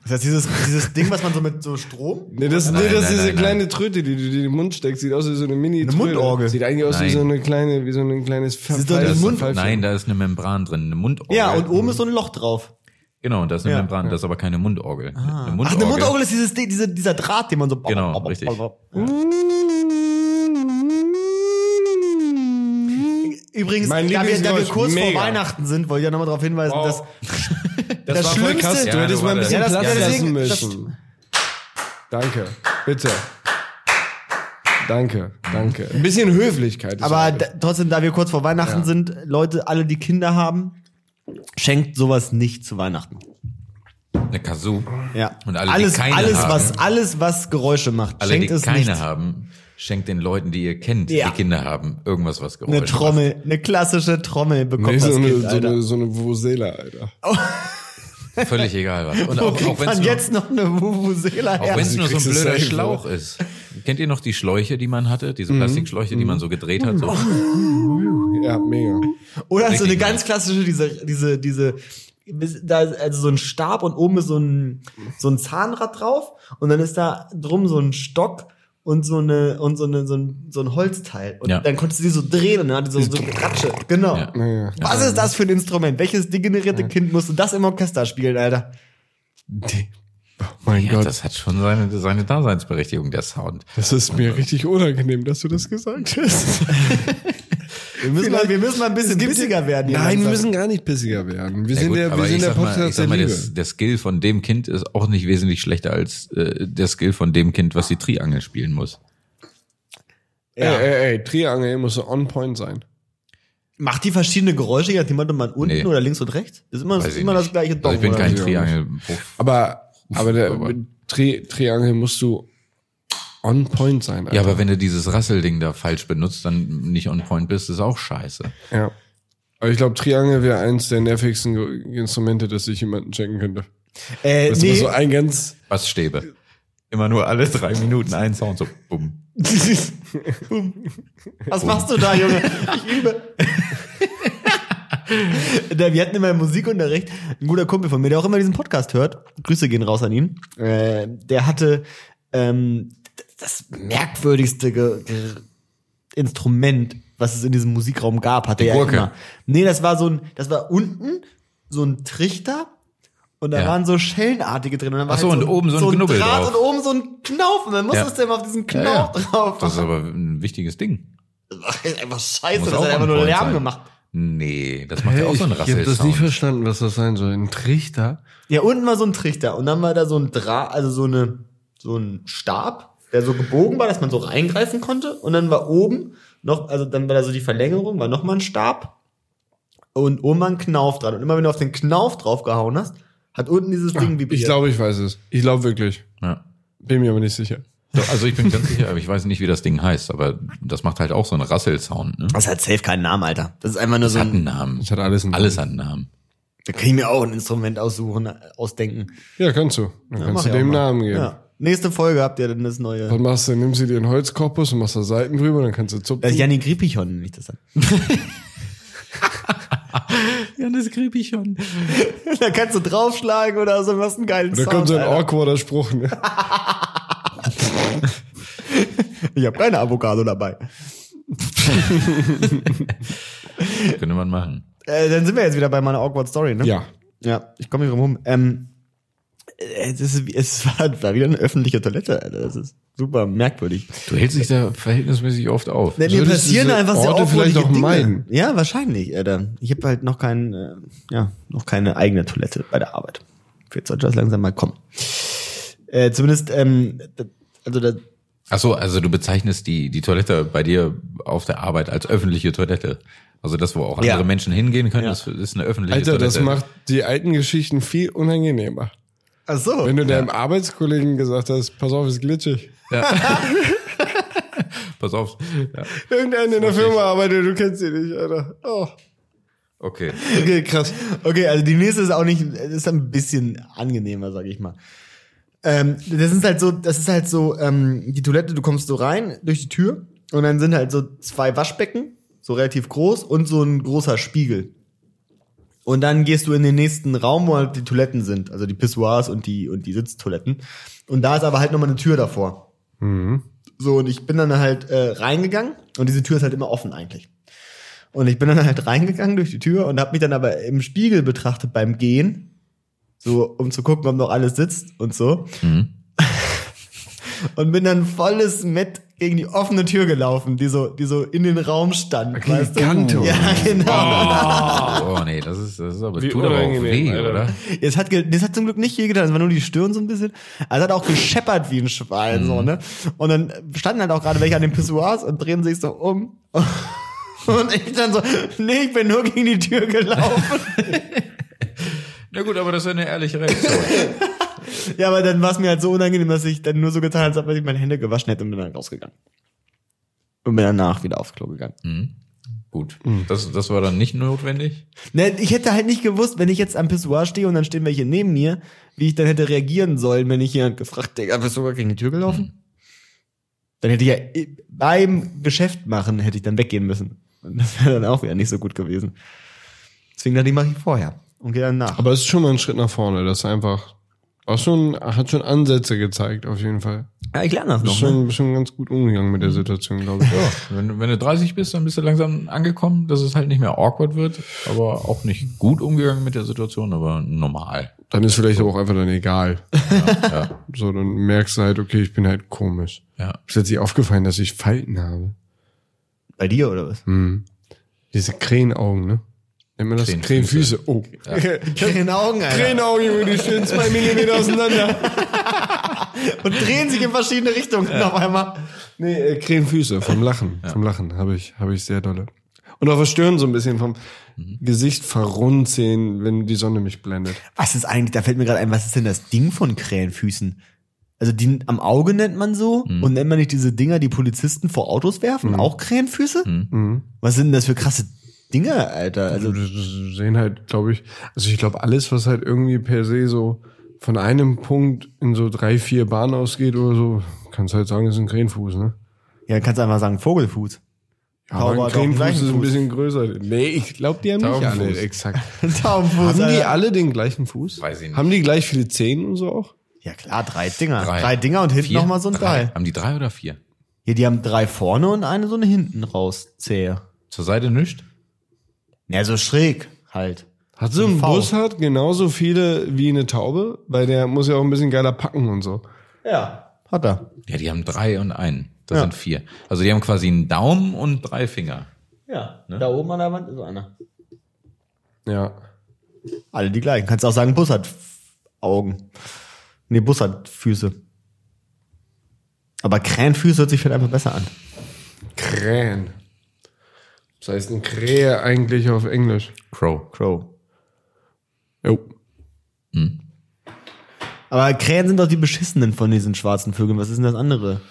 S3: Das heißt, dieses, dieses Ding, was man so mit so Strom.
S4: Nee, das,
S2: Nein,
S4: nee, das
S2: nein,
S4: ist diese
S2: nein, nein.
S4: kleine Tröte, die du dir in den Mund steckst. Sieht aus wie so eine mini
S3: Eine Mundorgel.
S4: Sieht eigentlich aus wie
S2: Nein.
S4: so eine kleine, wie so ein kleines
S3: ist doch
S4: verfeiltes
S3: ein Mund-
S4: Pfeifchen.
S2: Nein, da ist eine Membran drin, eine Mundorgel.
S3: Ja, und oben ist so ein Loch drauf.
S2: Genau, da ist eine
S3: Ja,
S2: Membran, das ist aber keine Mundorgel. Ah. Eine
S3: Ach, eine Mundorgel ist dieses, Ding- diese, dieser Draht, den man so
S2: Genau, richtig.
S3: Übrigens,
S4: Mein
S3: da wir, da wir
S4: Lieblingsgeräusch,
S3: kurz
S4: mega.
S3: vor Weihnachten sind, wollte ich ja nochmal darauf hinweisen,
S4: Wow.
S3: dass
S4: Das,
S3: Das
S4: war voll
S3: Schlimmste-
S4: krass. Du
S2: Ja,
S4: hättest
S2: du
S4: mal ein
S2: war
S4: bisschen
S3: das- Ja,
S4: Platz
S3: das- ja,
S4: lassen
S3: deswegen-
S4: müssen. Danke. Bitte. Danke. Danke. Ein bisschen Höflichkeit. ist
S3: Aber
S4: auch-
S3: da, trotzdem, da wir kurz vor Weihnachten
S4: Ja.
S3: sind, Leute, alle, die Kinder haben, schenkt sowas nicht zu Weihnachten.
S2: Eine Kazoo.
S3: Ja.
S2: Und alle, die
S3: alles,
S2: keine
S3: alles
S2: haben.
S3: was, alles, was Geräusche macht,
S2: Alle,
S3: schenkt
S2: die
S3: es
S2: keine
S3: nicht.
S2: haben, schenkt den Leuten, die ihr kennt,
S3: Ja.
S2: die Kinder haben, irgendwas, was Geräusche
S3: Eine Trommel, eine klassische Trommel bekommt
S4: Nee,
S3: das
S4: so,
S3: Kind,
S4: eine, so,
S3: Alter.
S4: eine, so eine Vuvuzela, Alter.
S2: macht. Völlig egal was. Und
S3: Wo
S2: auch, auch
S3: kriegt
S2: wenn es
S3: man
S2: nur,
S3: jetzt noch eine Vuvuzela
S2: auch wenn's
S4: sie
S2: nur so ein
S4: kriegst es
S2: blöder
S4: safe,
S2: Schlauch ist. Kennt ihr noch die Schläuche, die man hatte? Diese Plastikschläuche, die man so gedreht hat? So.
S4: Ja, mega.
S3: Oder so eine
S2: Richtig,
S3: ganz klassische, diese, diese, diese, da ist also so ein Stab und oben ist so ein, so ein Zahnrad drauf und dann ist da drum so ein Stock und so eine, und so eine, so ein, so ein Holzteil. Und
S2: Ja.
S3: dann konntest du die so drehen und dann hatte so, so eine Ratsche. Genau.
S2: Ja.
S4: Mega.
S3: Was ist das für ein Instrument? Welches degenerierte Kind musste das im Orchester spielen, Alter?
S4: Oh mein
S2: Ja,
S4: Gott.
S2: das hat schon seine, seine Daseinsberechtigung, der Sound.
S4: Das ist mir richtig unangenehm, dass du das gesagt hast.
S3: Wir müssen, mal, wir müssen mal ein bisschen bissiger werden. hier
S4: Nein, wir
S3: langsam.
S4: müssen gar nicht bissiger werden. Wir
S2: Ja,
S4: sind,
S2: gut,
S4: der,
S2: aber
S4: wir sind
S2: ich
S4: der
S2: sag mal, ich
S4: Podcast
S2: sag
S4: der
S2: mal,
S4: Liebe.
S2: das, der Skill von dem Kind ist auch nicht wesentlich schlechter als äh, der Skill von dem Kind, was die Triangel spielen muss.
S4: Ey,
S3: Äh,
S4: ey, ey, Triangel muss so on point sein.
S3: Macht die verschiedene Geräusche? Hat jemand mal unten
S2: Nee.
S3: oder links und rechts? Das ist immer, das
S2: Weiß
S3: ist
S2: ich
S3: immer
S2: nicht.
S3: das gleiche
S2: Also ich bin
S3: oder?
S2: kein
S4: Ja.
S2: Triangel-Prof.
S4: Aber, aber der
S2: aber-
S4: Tri Triangel musst du on point sein. Alter.
S2: Ja, aber wenn du dieses Rasselding da falsch benutzt, dann nicht on point bist, ist auch scheiße.
S4: Ja. Aber ich glaube, Triangel wäre eins der nervigsten Ge- Instrumente, das ich jemandem schenken könnte.
S3: Äh,
S4: Das
S3: nee,
S4: ist so ein ganz.
S2: Bassstäbe. Immer nur alle drei Minuten ein Sound, so bumm.
S3: Was machst du da, Junge? Ich übe. Da, wir hatten immer im Musikunterricht ein guter Kumpel von mir, der auch immer diesen Podcast hört. Grüße gehen raus an ihn. Äh, der hatte ähm, d- das merkwürdigste Ge Ge Instrument, was es in diesem Musikraum gab, hatte er
S2: Gurke.
S3: immer. Nee, das war so ein, das war unten so ein Trichter und da
S2: Ja.
S3: waren so Schellenartige drin. Und dann war halt
S2: Ach so, und
S3: ein-
S2: oben so ein Knubbel
S3: Draht
S2: drauf.
S3: und oben so ein Knauf und dann musstest du immer auf diesen Knauf drauf.
S2: Das ist aber ein wichtiges Ding.
S3: Das ist einfach scheiße,
S2: Muss
S3: das
S2: auch
S3: hat einfach
S2: on
S3: nur
S2: point
S3: Lärm
S2: sein.
S3: gemacht.
S2: Nee, das macht ja auch so ein
S4: ich habe das nicht
S2: Rasselsound.
S4: verstanden, was das sein soll. Ein Trichter?
S3: Ja, unten war so ein Trichter und dann war da so ein Draht, also so eine, so ein Stab, der so gebogen war, dass man so reingreifen konnte und dann war oben noch, also dann war da so die Verlängerung, war nochmal ein Stab und oben war ein Knauf dran und immer wenn du auf den Knauf draufgehauen hast, hat unten dieses Ding
S4: Ah,
S3: vibriert.
S4: Ich glaube, ich weiß es. Ich glaube wirklich.
S2: Ja.
S4: Bin mir aber nicht sicher.
S2: So, Also ich bin ganz sicher, aber ich weiß nicht, wie das Ding heißt, aber das macht halt auch so einen Rasselsound. Ne?
S3: das hat safe keinen Namen, Alter. Das ist einfach nur so
S2: Das hat einen
S3: ein,
S2: Namen.
S4: Das hat alles einen
S2: Alles hat einen Namen.
S3: da kann ich mir auch ein Instrument aussuchen, äh, ausdenken.
S4: Ja, kannst du. Dann
S3: mach
S4: kannst du
S3: ich auch
S4: dem
S3: mal.
S4: Namen geben.
S3: Ja. Nächste Folge habt ihr dann das neue.
S4: Dann machst du, nimmst du dir einen Holzkorpus und machst da Seiten drüber, dann kannst du zupfen.
S3: Das ist Janni Griepichon, nenne ich das dann.
S2: Ja, das krieg ich schon.
S3: da kannst du draufschlagen oder so, machst einen geilen
S4: da
S3: Sound.
S4: kommt so ein
S3: Alter.
S4: awkwarder Spruch. Ne?
S3: Ich habe keine Avocado dabei.
S2: Könnte man machen.
S3: Äh, dann sind wir jetzt wieder bei meiner Awkward Story, ne?
S4: Ja.
S3: Ja, ich komme nicht drum rum. Ähm, äh, es ist, es war, war wieder eine öffentliche Toilette, Alter. Das ist super merkwürdig.
S2: Du hältst dich da verhältnismäßig oft auf.
S3: Ne, mir
S4: Solltest du
S3: passieren
S4: diese
S3: einfach sehr
S4: Orte
S3: aufwendige
S4: vielleicht auch
S3: Dinge.
S4: meiden?
S3: Ja, wahrscheinlich, Alter. Ich habe halt noch keinen, äh, ja, noch keine eigene Toilette bei der Arbeit. Jetzt sollte das langsam mal kommen. Äh, zumindest, ähm, d- also da,
S2: Ach so, also du bezeichnest die, die Toilette bei dir auf der Arbeit als öffentliche Toilette. Also das, wo auch andere
S3: Ja.
S2: Menschen hingehen können,
S3: Ja.
S2: das ist eine öffentliche
S4: Alter,
S2: Toilette.
S4: das macht die alten Geschichten viel unangenehmer.
S3: ach so.
S4: Wenn du deinem Arbeitskollegen gesagt hast, pass auf, ist glitschig.
S2: Pass auf. Ja.
S4: Irgendeinen in der Firma arbeitet, du kennst ihn nicht, Alter. Oh.
S2: Okay.
S3: Okay, krass. Okay, also die nächste ist auch nicht, ist ein bisschen angenehmer, sag ich mal. Ähm, das ist halt so, das ist halt so, ähm, die Toilette, du kommst so rein durch die Tür und dann sind halt so zwei Waschbecken, so relativ groß und so ein großer Spiegel. Und dann gehst du in den nächsten Raum, wo halt die Toiletten sind, also die Pissoirs und die, und die Sitztoiletten. Und da ist aber halt nochmal eine Tür davor. So, und ich bin dann halt äh, reingegangen und diese Tür ist halt immer offen eigentlich. Und ich bin dann halt reingegangen durch die Tür und habe mich dann aber im Spiegel betrachtet beim Gehen, so um zu gucken, ob noch alles sitzt und so. Und bin dann volles Met gegen die offene Tür gelaufen, die so, die so in den Raum stand.
S4: Gegen die Kante,
S3: Ja, genau.
S2: Oh nee, das ist, das ist aber,
S4: Wie
S2: tut aber auch
S4: unangenehm,
S2: weh,
S4: Alter.
S2: oder?
S3: Es hat, ge- das hat zum Glück nicht hier getan, es war nur die Stirn so ein bisschen. Also hat auch gescheppert wie ein Schwein, so, ne? Und dann standen halt auch gerade welche an den Pissoirs und drehen sich so um. Und ich dann so, nee, ich bin nur gegen die Tür gelaufen.
S2: Na gut, aber das ist eine ehrliche Reaktion.
S3: ja, aber dann war es mir halt so unangenehm, dass ich dann nur so getan habe, als ob ich meine Hände gewaschen hätte und bin dann rausgegangen. Und bin danach wieder aufs Klo gegangen.
S2: Mhm. Gut. Das, das war dann nicht notwendig.
S3: Ne, ich hätte halt nicht gewusst, wenn ich jetzt am Pissoir stehe und dann stehen welche neben mir, wie ich dann hätte reagieren sollen, wenn ich jemand gefragt hätte, bist du sogar gegen die Tür gelaufen? Dann hätte ich ja i- beim Geschäft machen, hätte ich dann weggehen müssen. Und das wäre dann auch wieder nicht so gut gewesen. Deswegen dachte ich, mache ich vorher und gehe dann nach.
S4: Aber es ist schon mal ein Schritt nach vorne, das ist einfach. Auch schon, hat schon Ansätze gezeigt, auf jeden Fall.
S3: ja, ich lerne das ne?
S4: Ist schon, schon ganz gut umgegangen mit der Situation, glaube ich. Ja.
S2: Wenn, wenn du 30 bist, dann bist du langsam angekommen, dass es halt nicht mehr awkward wird, aber auch nicht gut umgegangen mit der Situation, aber normal.
S4: Dann ist vielleicht aber auch einfach dann egal.
S2: Ja.
S4: So, dann merkst du halt, okay, ich bin halt komisch.
S2: ja.
S4: Ist jetzt nicht aufgefallen, dass ich Falten habe.
S3: Bei dir oder was?
S4: Diese Krähenaugen, ne? Nennt man das?
S2: Krähenfüße.
S4: Krähenfüße. Oh.
S3: Drehen den Augen, Alter.
S4: Krähenaugen, Junge, die stehen zwei Millimeter auseinander.
S3: Und drehen sich in verschiedene Richtungen auf einmal.
S4: Nee, äh, Krähenfüße vom Lachen. Vom Lachen habe ich, habe ich sehr dolle. Und auch das Stirn so ein bisschen vom
S2: Mhm.
S4: Gesicht verrunzeln, wenn die Sonne mich blendet.
S3: Was ist eigentlich, da fällt mir gerade ein, was ist denn das Ding von Krähenfüßen? Also die am Auge nennt man so
S2: Mhm.
S3: und nennt man nicht diese Dinger, die Polizisten vor Autos werfen, auch Krähenfüße?
S2: Mhm.
S3: Was sind denn das für krasse Dinger, Alter? Also
S4: Also das sehen halt, glaube ich, also ich glaube, alles, was halt irgendwie per se so von einem Punkt in so drei, vier Bahnen ausgeht oder so, kannst halt sagen, ist ein Krähenfuß, ne?
S3: ja, dann kannst du einfach sagen Vogelfuß.
S4: Ja, aber
S3: Taube
S4: ein
S3: hat auch einen
S4: Krähenfuß ist ein
S3: Leichenfuß.
S4: bisschen größer. Nee, ich glaube, die haben nicht alle
S2: Taubenfuß.
S4: exakt.
S3: Taubenfuß.
S4: Haben die
S3: Alter.
S4: alle den gleichen Fuß?
S2: Weiß ich nicht.
S4: Haben die gleich viele Zehen und so auch?
S3: Ja klar, drei Dinger.
S2: Drei.
S3: Drei, Dinger und hinten
S2: Vier?
S3: nochmal so ein
S2: drei.
S3: Teil.
S2: Haben die drei oder vier?
S3: Ja, die haben drei vorne und eine so eine hinten raus. Zähe.
S2: Zur Seite nicht?
S3: Ja, so schräg halt.
S4: Hat so ein
S3: V.
S4: Bus hat genauso viele wie eine Taube, weil der muss ja auch ein bisschen geiler packen und so.
S3: Ja. Hat er.
S2: Ja, die haben drei und einen. Das
S3: Ja.
S2: sind vier. Also die haben quasi einen Daumen und drei Finger.
S3: Ja.
S2: Ne?
S3: Da oben an der Wand ist einer.
S4: Ja.
S3: Alle die gleichen. Kannst auch sagen, Bus hat F- Augen. Nee, Bus hat Füße. Aber Krähenfüße hört sich vielleicht einfach besser an.
S4: Krähen. Das heißt ein Krähe eigentlich auf Englisch.
S2: Crow.
S3: Crow.
S4: Jo.
S3: Aber Krähen sind doch die beschissenen von diesen schwarzen Vögeln. Was ist denn das andere?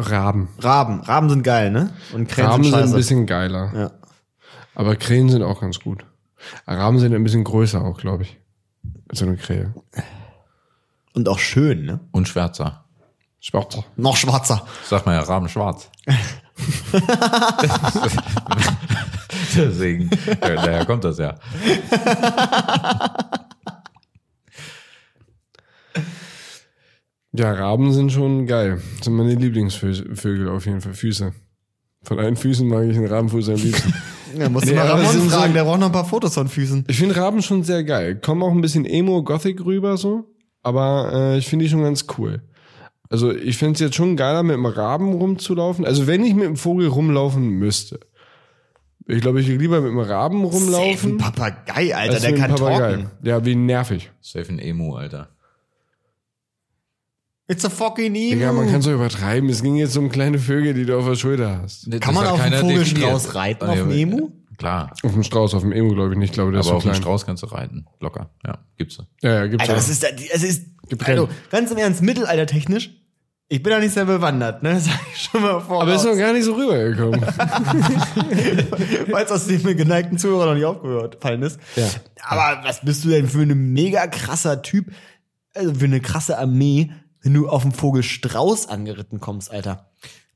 S4: Raben.
S3: Raben. Raben sind geil, ne? Und Krähen
S4: Raben
S3: sind
S4: sind
S3: scheiße.
S4: ein bisschen geiler.
S3: Ja.
S4: Aber Krähen sind auch ganz gut. Raben sind ein bisschen größer auch, glaube ich. Als so eine Krähe.
S3: Und auch schön, ne?
S2: Und Schwärzer.
S4: Schwarzer.
S3: Noch schwarzer.
S2: Sag mal ja Raben schwarz. Deswegen, äh, daher kommt das ja.
S4: Ja, Raben sind schon geil. Das sind meine Lieblingsvögel auf jeden Fall. Füße. Von allen Füßen mag ich einen Rabenfuß am liebsten.
S6: Ja, musst
S4: Nee,
S6: du mal
S4: aber sie
S6: Ramon
S4: sind so-
S6: fragen, der braucht noch ein paar Fotos von Füßen.
S4: Ich finde Raben schon sehr geil. Kommen auch ein bisschen Emo-Gothic rüber so. Aber äh, ich finde die schon ganz cool. Also ich fände es jetzt schon geiler, mit einem Raben rumzulaufen. Also wenn ich mit einem Vogel rumlaufen müsste. Ich glaube, ich würde lieber mit einem Raben
S6: Safe ein
S4: rumlaufen.
S6: Papagei, Alter,
S4: als
S6: der
S4: mit
S6: kann
S4: einem Papagei.
S6: talken.
S4: Ja, wie nervig.
S2: Safe ein Emu, Alter.
S6: It's a fucking emu.
S4: Digga, man kann so übertreiben. Es ging jetzt um kleine Vögel, die du auf der Schulter hast.
S2: Das
S6: Kann man
S2: hat
S6: auf einen
S2: keiner
S6: Vogelstrauß
S2: definiert.
S6: reiten,
S2: Ah,
S6: auf
S2: ja,
S6: einen
S2: äh,
S6: Emu?
S2: Klar,
S4: Auf dem Strauß, auf dem Emo, glaube ich nicht. Ich glaube, der ist
S2: aber
S4: so
S2: auf dem
S4: klein.
S2: Strauß kannst du reiten. Locker, ja, gibt's. so.
S4: Ja, ja, gibt's
S6: Alter,
S4: auch.
S6: das ist, das ist,
S4: Getrennt.
S6: also, ganz im Ernst, mittelaltertechnisch, ich bin da nicht sehr bewandert, ne, sag ich schon mal vor.
S4: aber ist noch gar nicht so rübergekommen.
S6: Falls das dem geneigten Zuhörer noch nicht aufgefallen ist.
S4: Ja.
S6: Aber was bist du denn für ein mega krasser Typ, also für eine krasse Armee, wenn du auf den Vogel Strauß angeritten kommst, Alter.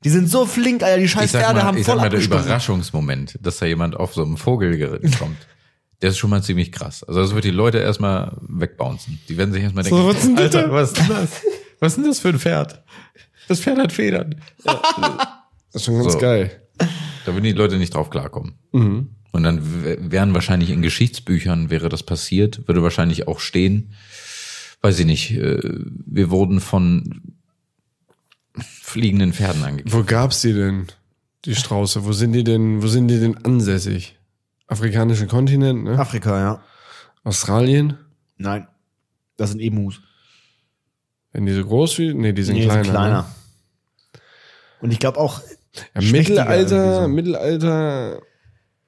S6: Die sind so flink, Alter, die
S2: Ich
S6: scheiß
S2: sag
S6: Pferde
S2: mal,
S6: haben
S2: ich
S6: voll
S2: sag mal der
S6: abgestoßen.
S2: Überraschungsmoment, dass da jemand auf so einem Vogel geritten kommt. Der ist schon mal ziemlich krass. Also das wird die Leute erstmal wegbouncen. Die werden sich erstmal denken,
S4: was ist denn das
S2: Alter,
S4: da?
S2: was ist denn das? Was ist denn das für ein Pferd? Das Pferd hat Federn.
S4: Das ist schon ganz
S2: So.
S4: geil.
S2: Da würden die Leute nicht drauf klarkommen. Und dann w- wären wahrscheinlich in Geschichtsbüchern, wäre das passiert, würde wahrscheinlich auch stehen, weiß ich nicht, äh, wir wurden von fliegenden Pferden angegriffen.
S4: Wo gab's die denn? Die Strauße, wo sind die denn, wo sind die denn ansässig? Afrikanischen Kontinent, ne?
S3: Afrika, ja.
S4: Australien?
S3: Nein. Das sind Emus.
S4: Wenn die so groß wie, nee, die sind
S3: Nee, die
S4: kleiner.
S3: sind kleiner. Und ich glaube auch,
S4: Ne? Ja,
S3: Schmächtiger
S4: Mittelalter,
S3: irgendwie so.
S4: Mittelalter,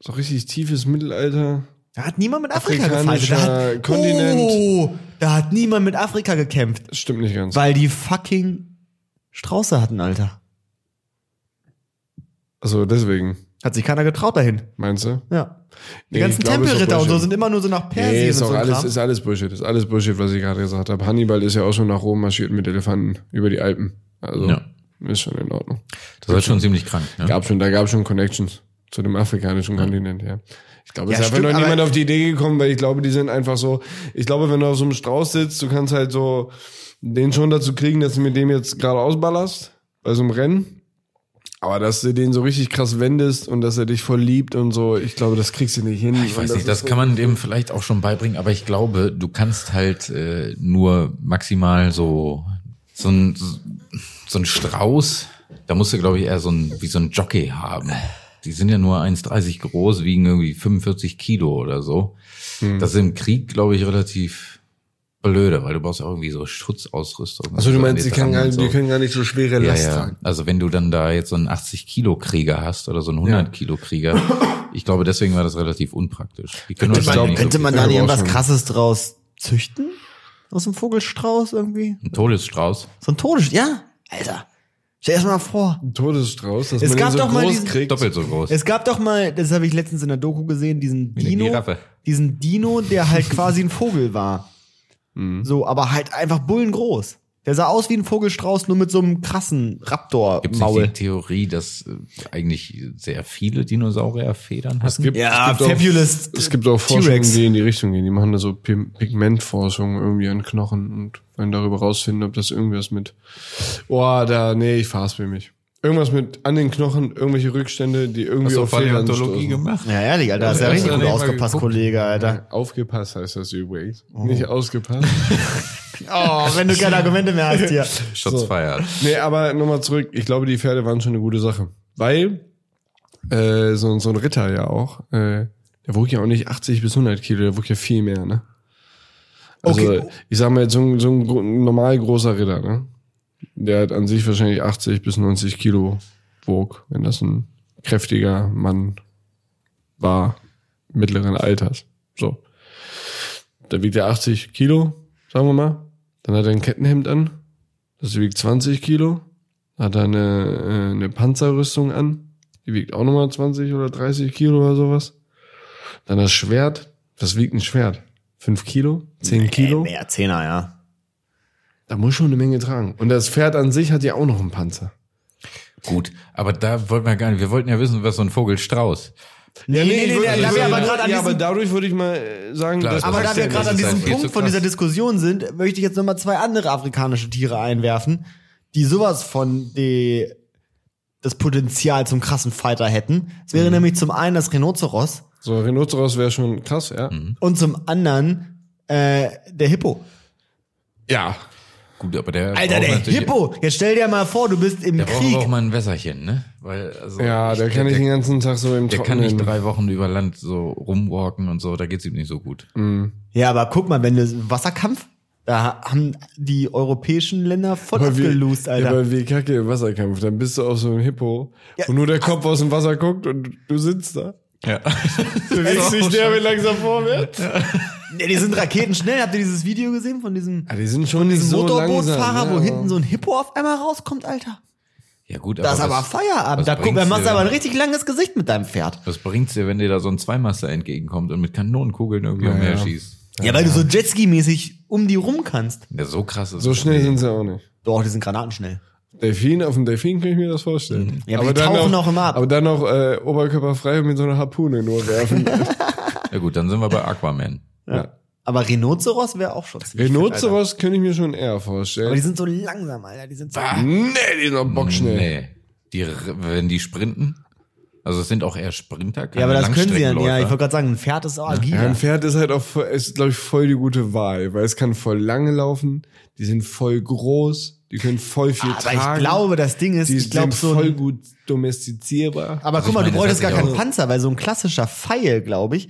S4: so richtig tiefes Mittelalter.
S3: da hat niemand mit Afrika gefeiert.
S4: Afrikanischer
S3: Da hat,
S4: Kontinent.
S3: Oh, da hat niemand mit Afrika gekämpft,
S4: Das stimmt nicht ganz.
S3: weil die fucking Strauße hatten, Alter.
S4: Also deswegen,
S3: Hat sich keiner getraut dahin.
S4: meinst du?
S3: Ja. Die
S4: Nee, ich glaube, ist
S3: ganzen
S4: doch
S3: Tempelritter und so
S4: Bullshit.
S3: sind immer nur so nach Persien
S4: Nee, ist
S3: und
S4: auch
S3: so
S4: alles,
S3: Kram.
S4: ist alles Bullshit, ist alles Bullshit, was ich gerade gesagt habe. Hannibal ist ja auch schon nach Rom marschiert mit Elefanten über die Alpen. Also,
S2: Ja.
S4: ist schon in Ordnung.
S2: Das war schon ziemlich krank. Ne?
S4: Gab schon, da gab schon Connections zu dem afrikanischen Kontinent, ja. Ich glaube, es ist
S3: Ja,
S4: einfach
S3: stimmt,
S4: noch niemand
S3: aber-
S4: auf die Idee gekommen, weil ich glaube, die sind einfach so, ich glaube, wenn du auf so einem Strauß sitzt, du kannst halt so den schon dazu kriegen, dass du mit dem jetzt gerade ausballerst, bei so einem Rennen. Aber dass du den so richtig krass wendest und dass er dich voll liebt und so, ich glaube, das kriegst du nicht hin.
S2: Ich weiß nicht, das kann man dem vielleicht auch schon beibringen, aber ich glaube, du kannst halt äh, nur maximal so so ein so ein Strauß, da musst du glaube ich eher so ein wie so ein Jockey haben. Die sind ja nur 1,30 groß, wiegen irgendwie 45 Kilo oder so.
S4: Hm.
S2: Das ist im Krieg glaube ich relativ blöde, weil du brauchst auch irgendwie so Schutzausrüstung.
S4: Also du
S2: an
S4: meinst, die,
S2: dran
S4: kann gar,
S2: und so.
S4: die können gar nicht so schwere
S2: Ja,
S4: Last
S2: ja.
S4: tragen.
S2: Also wenn du dann da jetzt so einen 80 Kilo Krieger hast oder so einen 100 Kilo Krieger, ich glaube, deswegen war das relativ unpraktisch. Die können
S4: Könnte
S2: wahrscheinlich
S4: man-
S2: nicht
S3: Könnte
S2: so
S3: man
S2: viel.
S3: da nicht
S4: Ja, aber auch
S3: irgendwas
S4: schon.
S3: krasses draus züchten? Aus dem Vogelstrauß irgendwie?
S2: ein Todesstrauß.
S3: So ein Todes, ja? Alter. Stell dir das mal vor.
S4: Todesstrauß, dass
S3: Es
S4: man
S3: gab
S4: den so
S3: doch mal
S4: groß
S3: diesen-
S4: kriegt.
S2: Doppelt so groß.
S3: Es gab doch mal, das habe ich letztens in der Doku gesehen, diesen
S2: Wie eine
S3: Dino,
S2: Giraffe.
S3: diesen Dino, der halt quasi ein Vogel war. So, aber halt einfach bullengroß. Der sah aus wie ein Vogelstrauß, nur mit so einem
S2: Gibt es
S3: krassen
S2: nicht die
S3: Raptor-Maul.
S2: Theorie, dass äh, eigentlich sehr viele Dinosaurier Federn hatten?
S4: Es gibt,
S3: Ja,
S4: es gibt
S3: Fabulous
S4: Auch, es gibt auch
S3: T-Rex.
S4: Forschungen, die in die Richtung gehen. Die machen da so Pi- Pigmentforschung irgendwie an Knochen und wollen darüber rausfinden, ob das irgendwas mit. Oh, da, nee, ich verhaspel mich. Irgendwas mit an den Knochen, irgendwelche Rückstände, die irgendwie auf Federn stoßen.
S2: gemacht?
S3: Ja, ehrlich, Alter, hast ja,
S2: Ja,
S3: richtig
S2: hast
S3: gut
S2: du nicht mal
S3: ausgepasst,
S2: geguckt?
S3: Kollege, Alter.
S4: Aufgepasst heißt das übrigens. Nicht ausgepasst.
S3: Oh, wenn du keine Argumente mehr hast hier.
S2: Shots fired.
S4: Nee, aber nochmal zurück. Ich glaube, die Pferde waren schon eine gute Sache. Weil äh, so, so ein Ritter ja auch, äh, der wog ja auch nicht 80 bis 100 Kilo, der wog ja viel mehr, ne? Also,
S3: Okay.
S4: ich sag mal jetzt so ein, so ein gro- normal großer Ritter, ne? Der hat an sich wahrscheinlich 80 bis 90 Kilo wog, wenn das ein kräftiger Mann war, mittleren Alters. So. Da wiegt er 80 Kilo, sagen wir mal. Dann hat er ein Kettenhemd an. Das wiegt 20 Kilo. Hat er eine, äh, eine Panzerrüstung an. Die wiegt auch nochmal 20 oder 30 Kilo oder sowas. Dann das Schwert. Das wiegt ein Schwert. 5 Kilo, 10 Kilo.
S3: Äh, mehr Zehner, ja.
S4: Da muss schon eine Menge tragen. Und das Pferd an sich hat ja auch noch einen Panzer.
S2: Gut, aber da wollten wir gar nicht. Wir wollten ja wissen, was so ein Vogelstrauß.
S3: Nee, nee, nee, nee,
S4: ich
S3: da
S4: würde-
S3: wir aber gerade an
S4: ja, aber
S3: diesem
S4: dadurch würde ich mal äh, sagen,
S2: Klar,
S4: das
S2: das
S3: Aber
S4: passt
S2: heißt
S3: da
S4: ja
S3: wir
S2: nicht,
S3: gerade an
S2: das ist
S3: diesem
S2: halt viel
S3: Punkt
S2: zu
S3: von
S2: krass.
S3: dieser Diskussion sind, möchte ich jetzt nochmal zwei andere afrikanische Tiere einwerfen, die sowas von die das Potenzial zum krassen Fighter hätten. Es
S2: Mhm.
S3: wäre nämlich zum einen das Rhinoceros
S4: So, Rhinoceros wäre schon krass, ja.
S3: und zum anderen äh, der Hippo.
S4: Ja.
S2: Gut, aber der
S3: Alter,
S2: braucht
S3: der
S2: natürlich-
S3: Hippo! Jetzt stell dir mal vor, du bist im
S2: Der braucht aber auch
S3: Krieg.
S2: mal ein Wässerchen, ne? Weil, also,
S4: Ja, der kann ich
S2: der,
S4: den ganzen Tag so im
S2: der kann nicht
S4: Trockenen.
S2: drei Wochen über Land so rumwalken und so, da geht's ihm nicht so gut.
S3: Mm. Ja, aber guck mal, wenn du Wasserkampf, da haben die europäischen Länder voll
S4: Aber wie-
S3: abgelost,
S4: Ja,
S3: Alter.
S4: aber wie kacke im Wasserkampf. Dann bist du auf so einem Hippo, wo nur der Kopf aus dem Wasser guckt und du sitzt da.
S2: Ja.
S4: Du denkst dich, der will langsam vorwärts.
S3: Ja, die sind raketenschnell. Habt ihr dieses Video gesehen von diesem
S4: Ja, Ah, die sind schon nicht so langsam.
S3: Motorbootfahrer,
S4: ja,
S3: wo
S4: aber-
S3: hinten so ein Hippo auf einmal rauskommt, Alter?
S2: ja, gut,
S3: Das ist aber
S2: was- was
S3: Feierabend. Da, guck,
S2: bringt's
S3: da
S2: dir
S3: machst du
S2: denn?
S3: aber ein richtig langes Gesicht mit deinem Pferd.
S2: Was bringt's dir, wenn dir da so ein Zweimaster entgegenkommt und mit Kanonenkugeln irgendwie
S4: Naja.
S2: umher schießt?
S3: Ja, weil du so Jetski-mäßig um die rum kannst.
S2: Ja, so krass ist
S4: So
S2: das
S4: schnell
S2: nicht.
S4: sind sie auch nicht.
S3: Doch, die sind granatenschnell.
S4: Delfin, auf dem Delfin kann ich mir das vorstellen.
S3: Mhm. Ja, aber die tauchen auch immer ab.
S4: Aber dann noch äh, oberkörperfrei und mit so einer Harpune nur werfen.
S2: Ja gut, dann sind wir bei Aquaman.
S4: ja.
S3: Aber Rhinoceros wäre auch schon ziemlich fett, Alter.
S4: Rhinoceros könnte ich mir schon eher
S3: Aber die
S4: vorstellen. Ah,
S3: sind so langsam, Alter. Die sind so.
S4: nee, die sind doch bockschnell.
S2: Nee. Die, r- wenn die sprinten, also es sind auch eher Sprinter, keine
S3: Ja, aber das können sie ja. nicht. Ja, ich
S2: Langstreckenläufer.
S3: wollte gerade sagen, ein Pferd ist auch agil.
S4: Ja, ein Pferd ist halt auch, voll- ist glaube ich voll die gute Wahl, weil es kann voll lange laufen, die sind voll groß, die können voll viel
S3: aber
S4: tragen.
S3: ich glaube, das Ding ist,
S4: die
S3: ich glaube
S4: sind
S3: so.
S4: voll
S3: Ein,
S4: gut domestizierbar.
S3: aber
S2: Also
S3: guck
S2: ich
S3: mal,
S2: meine,
S3: du
S2: das
S3: bräuchtest
S2: hat
S3: gar
S2: sich
S3: keinen
S2: auch-
S3: Panzer, weil so ein klassischer Pfeil, glaube ich,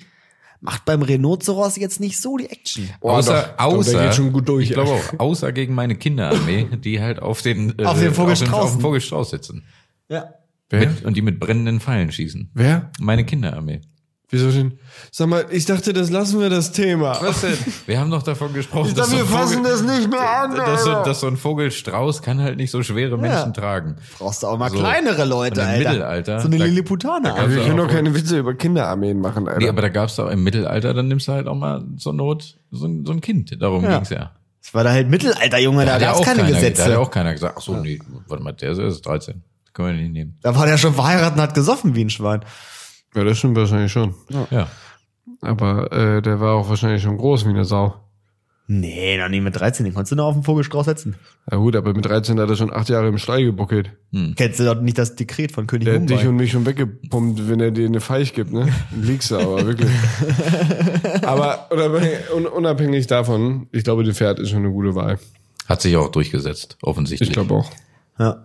S3: macht beim Rhinoceros jetzt nicht so die Action.
S4: Boah,
S2: außer,
S4: doch. Ich glaub,
S2: außer,
S4: der geht schon gut durch.
S2: ich glaube auch, außer gegen meine Kinderarmee, die halt auf den, äh,
S3: Auf den Vogel
S2: auf den,
S3: Strauß.
S2: auf den Vogel Strauß sitzen.
S3: Ja.
S4: Wer?
S2: Mit, und die mit brennenden Pfeilen schießen.
S4: Wer?
S2: Meine Kinderarmee.
S4: Wieso denn? Sag mal, ich dachte, das lassen wir das Thema.
S2: Was denn? Wir haben doch davon gesprochen, dass, so ein Vogel,
S4: das nicht mehr an.
S2: dass, so, dass so ein Vogel Strauß kann halt nicht so schwere Menschen tragen.
S3: Brauchst du auch mal
S2: So.
S3: kleinere Leute,
S2: Und im
S3: Alter.
S2: Mittelalter,
S3: So eine
S2: da-
S3: Lilliputaner.
S2: da gab's
S3: Alter.
S4: Wir können
S2: auch-
S4: doch keine Witze über Kinderarmeen machen, Alter.
S2: Nee, aber da gab's doch im Mittelalter, dann nimmst du halt auch mal zur Not so ein, so ein Kind. Darum
S3: Ja.
S2: ging's ja.
S3: Das war da halt Mittelalter, Junge, da
S2: Hat ja
S3: gab's keine
S2: keiner,
S3: Gesetze.
S2: Da hat ja auch keiner gesagt, ach so, nee, warte mal, der ist erst 13. Das können wir nicht nehmen.
S3: Da war der schon verheiratet und hat gesoffen wie ein Schwein.
S4: Ja, das stimmt wahrscheinlich schon.
S2: Ja.
S4: Aber äh, der war auch wahrscheinlich schon groß wie eine Sau.
S3: Nee, noch nie mit 13. Den konntest du noch auf den Vogelstrauß setzen.
S4: Na gut, aber mit 13 hat er schon acht Jahre im Stall gebuckelt.
S2: Hm.
S3: Kennst du doch nicht das Dekret von König
S2: Äh,
S4: Der hat dich
S3: Mumbai?
S4: und mich schon weggepumpt, wenn er dir eine Feich gibt, ne? Dann Liegst du aber, wirklich. aber unabhängig, un- unabhängig davon, ich glaube, die Pferd ist schon eine gute Wahl.
S2: Hat sich auch durchgesetzt, offensichtlich.
S4: Ich glaube auch.
S3: Ja.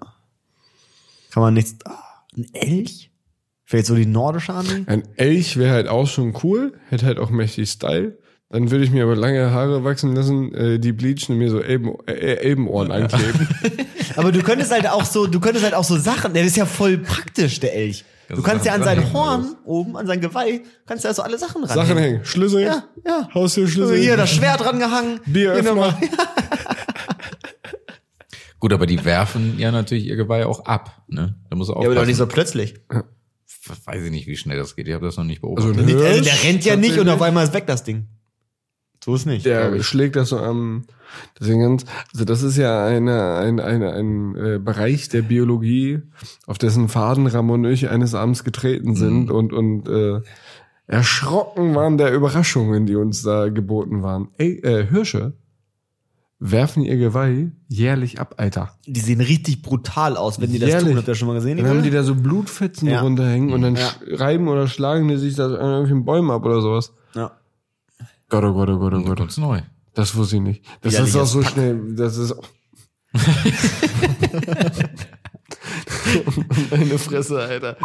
S3: Kann man nichts. Ah, ein Elch? Vielleicht so die nordische Armee?
S4: Ein Elch wäre halt auch schon cool, hätte halt auch mächtig Style. Dann würde ich mir aber lange Haare wachsen lassen, äh, die bleachen und mir so Elben, äh, Elbenohren ankleben.
S3: Aber du könntest halt auch so, du könntest halt auch so Sachen, der ist ja voll praktisch, der Elch. Du
S2: Kannst
S3: kannst ja an sein
S2: dranhängen,
S3: Horn oben, an sein Geweih, kannst ja so alle Sachen ran.
S4: Sachen hängen, Schlüssel,
S3: Ja, ja.
S4: Haustürschlüssel,
S3: Hier, das Schwert dran gehangen.
S4: Bieröffner.
S2: Gut, aber die werfen ja natürlich ihr Geweih auch ab, ne? Da muss er auch.
S3: Ja, aber doch nicht so plötzlich.
S2: Weiß ich nicht, wie schnell das geht. Ich habe das noch nicht
S4: Also
S2: beobachtet.
S4: ein Hirsch,
S3: Also der rennt ja nicht und auf
S4: tatsächlich.
S3: einmal ist weg das Ding. So ist nicht. glaub
S4: Der
S3: ich.
S4: schlägt das so am, deswegen ganz, also das ist ja eine, ein, ein, ein äh, Bereich der Biologie, auf dessen Faden Ramon und ich eines Abends
S3: Mhm.
S4: getreten sind und, und äh, erschrocken waren der Überraschungen, die uns da geboten waren. Ey, äh, Hirsche werfen ihr Geweih jährlich ab, Alter.
S3: Die sehen richtig brutal aus, wenn die das
S4: Jährlich.
S3: tun. Habt ihr das schon mal gesehen?
S4: Dann haben die da so Blutfetzen
S3: Ja.
S4: runterhängen und dann reiben oder schlagen die sich das an irgendwelchen Bäumen ab oder sowas.
S3: ja.
S4: Gott, oh Gott, oh
S3: Also,
S4: Gott, oh
S3: ne?
S4: Gott.
S2: Ganz neu.
S4: Das wusste ich nicht. Das
S3: Widerliches
S4: ist auch so schnell. Das ist. Meine Fresse, Alter.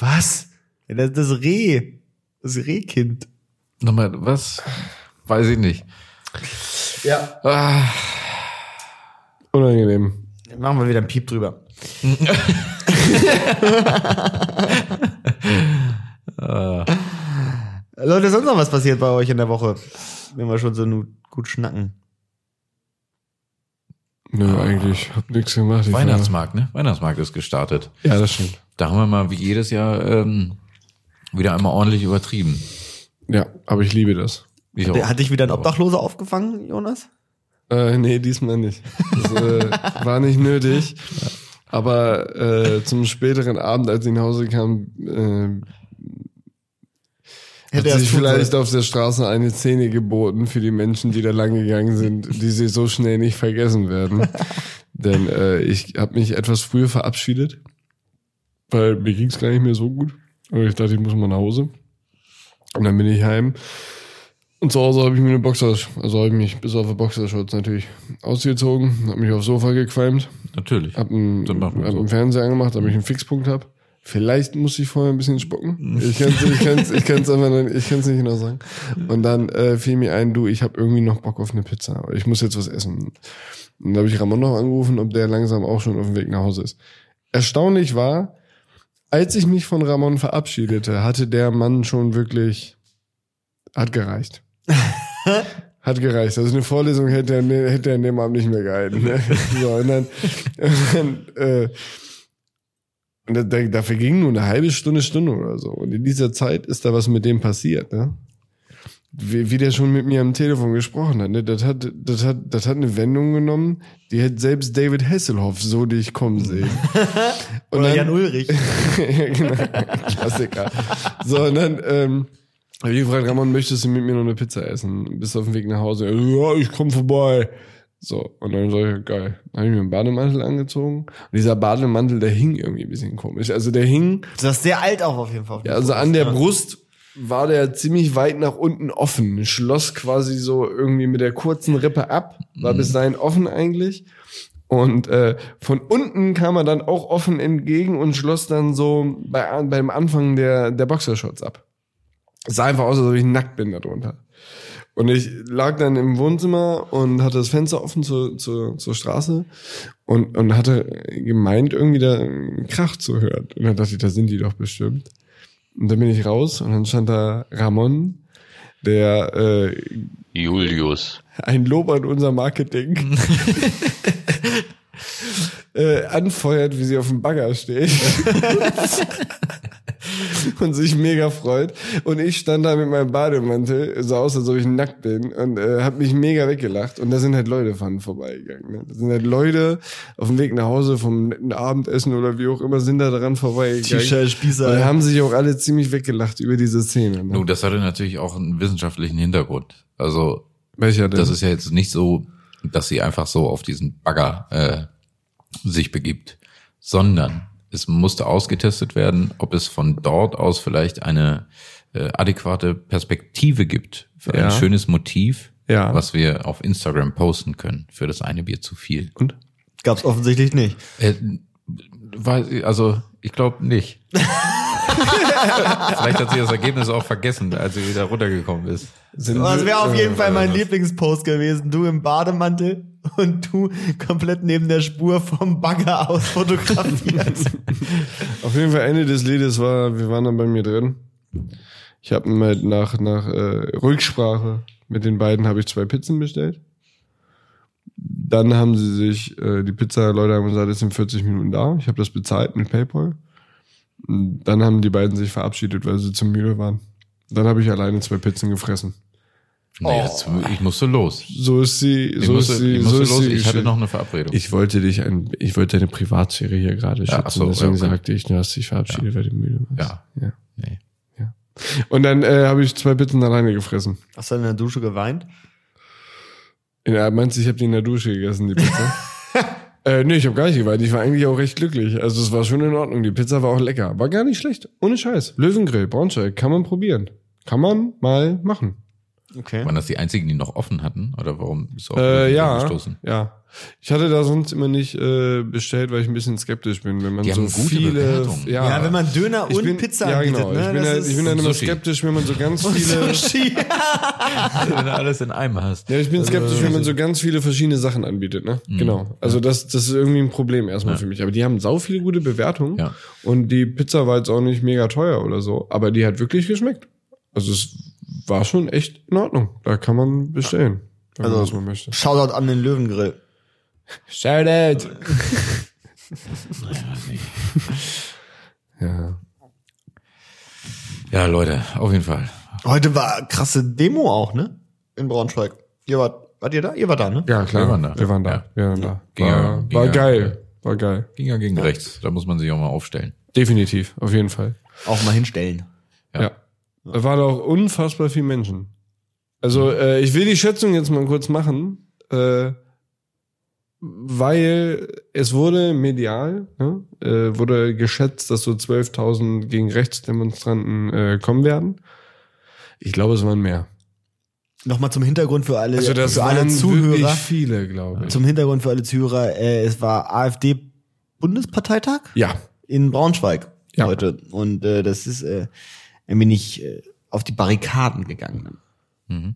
S3: Was? Ja, das, das Reh. Das Rehkind.
S2: Nochmal, was? Weiß ich nicht.
S3: Ja.
S2: Ah,
S4: Unangenehm.
S3: Machen wir wieder einen Piep drüber. Leute, ist sonst noch was passiert bei euch in der Woche? Wenn wir schon so nu- gut schnacken.
S4: Nö, eigentlich. Hab nichts gemacht. Ich war-
S2: Weihnachtsmarkt, ne? Weihnachtsmarkt ist gestartet.
S4: Ja, das stimmt.
S2: Da haben wir mal wie jedes Jahr ähm, wieder einmal ordentlich übertrieben.
S4: Ja, aber ich liebe das.
S2: Ich auch.
S3: Hat dich wieder ein Obdachloser aufgefangen, Jonas?
S4: Äh, nee, diesmal nicht. Das äh, war nicht nötig. Aber äh, zum späteren Abend, als ich nach Hause kam, äh, Hätte
S3: er
S4: sich
S3: es tun
S4: vielleicht auf der Straße eine Szene geboten für die Menschen, die da lang gegangen sind, die sie so schnell nicht vergessen werden. Denn äh, ich habe mich etwas früher verabschiedet, weil mir ging's gar nicht mehr so gut. Und ich dachte, ich muss mal nach Hause. Und dann bin ich heim. Und zu Hause habe ich mir eine Boxersh, also habe ich mich bis auf eine Boxershorts natürlich ausgezogen, habe mich aufs Sofa gequalmt,
S2: Natürlich.
S4: habe einen,
S2: Dann macht man
S4: hab
S2: so.
S4: einen Fernseher angemacht, damit ich einen Fixpunkt habe. Vielleicht muss ich vorher ein bisschen spucken. Ich kann es ich kann's, ich kann's einfach nicht, ich kann's nicht genau sagen. Und dann äh, fiel mir ein, du, ich habe irgendwie noch Bock auf eine Pizza. aber Ich muss jetzt was essen. Und dann habe ich Ramon noch angerufen, ob der langsam auch schon auf dem Weg nach Hause ist. Erstaunlich war, als ich mich von Ramon verabschiedete, hatte der Mann schon wirklich, hat gereicht. Hat gereicht. Also eine Vorlesung hätte er, ne-, hätte er an dem Abend nicht mehr gehalten. Ne? So, und dann, und dann, äh, und da, da, da verging nur eine halbe Stunde, Stunde oder so. Und in dieser Zeit ist da was mit dem passiert, ne? Wie, wie der schon mit mir am Telefon gesprochen hat, ne? Das hat, das hat, das hat eine Wendung genommen, die hätte selbst David Hasselhoff so dich kommen sehen. Und
S3: Oder
S4: dann-
S3: Jan Ulrich.
S4: ja, genau. Klassiker. So, und dann ähm, habe ich gefragt, Ramon, möchtest du mit mir noch eine Pizza essen? Bist du auf dem Weg nach Hause? Er so, Ja, ich komm vorbei. So, und dann sag ich, geil. Dann habe ich mir einen Bademantel angezogen. Und dieser Bademantel, der hing irgendwie ein bisschen komisch. Also der hing,
S3: Du sahst sehr alt auch auf jeden Fall.
S4: ja, also an der Brust war der ziemlich weit nach unten offen, schloss quasi so irgendwie mit der kurzen Rippe ab, war bis dahin offen eigentlich. Und äh, von unten kam er dann auch offen entgegen und schloss dann so bei, an- beim Anfang der, der Boxershorts ab. Es sah einfach aus, als ob ich nackt bin darunter. Und ich lag dann im Wohnzimmer und hatte das Fenster offen zur, zur, zur Straße und, und hatte gemeint, irgendwie da einen Krach zu hören. Und dann dachte ich, da sind die doch bestimmt. Und dann bin ich raus und dann stand da Ramon, der äh,
S1: Julius.
S4: ein Lob an unser Marketing äh, anfeuert, wie sie auf dem Bagger steht. und sich mega freut. Und ich stand da mit meinem Bademantel, so aus, als ob ich nackt bin, und äh, habe mich mega weggelacht. Und da sind halt Leute von vorbeigegangen. Ne? Da sind halt Leute auf dem Weg nach Hause vom netten Abendessen oder wie auch immer, sind da dran vorbeigegangen.
S3: Spießer.
S4: Und haben sich auch alle ziemlich weggelacht über diese Szene. Ne?
S2: Nun, das hatte natürlich auch einen wissenschaftlichen Hintergrund. Also
S4: Welcher denn?
S2: das ist ja jetzt nicht so, dass sie einfach so auf diesen Bagger äh, sich begibt, sondern es musste ausgetestet werden, ob es von dort aus vielleicht eine äh, adäquate Perspektive gibt für
S4: Ja.
S2: ein schönes Motiv,
S4: Ja.
S2: was wir auf Instagram posten können für das eine Bier zu viel.
S4: Und?
S3: Gab's offensichtlich nicht.
S2: Äh, weiß ich- also ich glaube nicht. vielleicht hat sie das Ergebnis auch vergessen, als sie wieder runtergekommen ist.
S4: Sind
S3: Aber es
S4: wir-
S3: wäre Oh, Also auf jeden Fall mein
S2: was?
S3: Lieblingspost gewesen. Du im Bademantel und du komplett neben der Spur vom Bagger aus fotografiert.
S4: Auf jeden Fall Ende des Liedes war, wir waren dann bei mir drin. Ich habe mir halt nach, nach äh, Rücksprache mit den beiden habe ich zwei Pizzen bestellt. Dann haben sie sich, äh, die Pizza-Leute haben gesagt, es sind 40 Minuten da. Ich habe das bezahlt mit Paypal. Und dann haben die beiden sich verabschiedet, weil sie zu müde waren. Dann habe ich alleine zwei Pizzen gefressen.
S2: Nee,
S4: Oh.
S2: das, ich musste los.
S4: So ist sie,
S2: Ich
S4: so
S2: musste,
S4: ist sie,
S2: ich
S4: so
S2: musste
S4: ist
S2: los.
S4: sie.
S2: Ich hatte
S4: geschickt.
S2: noch eine Verabredung.
S4: Ich wollte dich ein, ich wollte deine Privatsphäre hier gerade schützen.
S2: ach so,
S4: deswegen
S2: ja, okay.
S4: sagte ich, du hast dich verabschiedet, weil du müde warst.
S2: Ja.
S4: ja.
S2: nee.
S4: Und dann äh, habe ich zwei Pizzen alleine gefressen.
S3: Hast du in der Dusche geweint?
S4: Und Er meinte, ich habe die in der Dusche gegessen, die Pizza. äh, nee, ich habe gar nicht geweint. Ich war eigentlich auch recht glücklich. Also es war schon in Ordnung. Die Pizza war auch lecker. War gar nicht schlecht. Ohne Scheiß. Löwengrill, Braunschweig. Kann man probieren. Kann man mal machen.
S3: Okay.
S2: Waren das die einzigen, die noch offen hatten? Oder warum bist du auf
S4: Äh,
S2: Löwen
S4: ja,
S2: gestoßen?
S4: ja. Ich hatte da sonst immer nicht äh, bestellt, weil ich ein bisschen skeptisch bin, wenn man
S2: Die
S4: so
S2: haben gute
S4: viele.
S2: Bewertungen.
S3: Ja, wenn man Döner
S4: Ich
S3: und
S4: bin,
S3: Pizza
S4: ja,
S3: anbietet,
S4: genau.
S3: ne?
S4: Ich bin,
S3: das
S4: halt, ich bin halt immer
S2: Sushi.
S4: skeptisch, wenn man so ganz viele.
S3: Sushi.
S2: Wenn du alles in einem hast.
S4: Ja, ich bin skeptisch, wenn man so ganz viele verschiedene Sachen anbietet, ne?
S2: Mhm.
S4: Genau. Also das, das ist irgendwie ein Problem erstmal für mich. Aber die haben sau viele gute Bewertungen
S2: Ja.
S4: und die Pizza war jetzt auch nicht mega teuer oder so, aber die hat wirklich geschmeckt. Also es war schon echt in Ordnung. Da kann man bestellen, wenn
S3: Also
S4: man das mal möchte.
S3: Shoutout an den Löwengrill.
S4: Shoutout! ja.
S2: Ja, Leute, auf jeden Fall.
S3: Heute war krasse Demo auch, ne? In Braunschweig. Ihr wart, wart ihr da? Ihr wart da, ne?
S4: Ja, klar.
S2: Wir waren da.
S4: Wir waren da.
S2: Ja.
S4: Wir waren da.
S2: Ging ja-
S4: War,
S2: ging
S4: war
S2: ja.
S4: geil. War geil.
S2: Ging ja gegen rechts. Da muss man sich auch mal aufstellen.
S4: Definitiv. Auf jeden Fall.
S3: Auch mal hinstellen.
S2: Ja.
S4: Ja. Da waren auch unfassbar viele Menschen. Also äh, ich will die Schätzung jetzt mal kurz machen, äh, weil es wurde medial, ne, äh, wurde geschätzt, dass so 12.000 gegen Rechtsdemonstranten äh, kommen werden. Ich glaube, es waren mehr.
S3: Nochmal zum Hintergrund für alle,
S4: Also das
S3: für alle
S4: waren wirklich
S3: Zuhörer.
S4: viele, glaube ich.
S3: Zum Hintergrund für alle Zuhörer, äh, es war AfD-Bundesparteitag
S4: Ja,
S3: in Braunschweig
S4: Ja.
S3: heute. Und äh, das ist äh, ein wenig äh, auf die Barrikaden gegangen.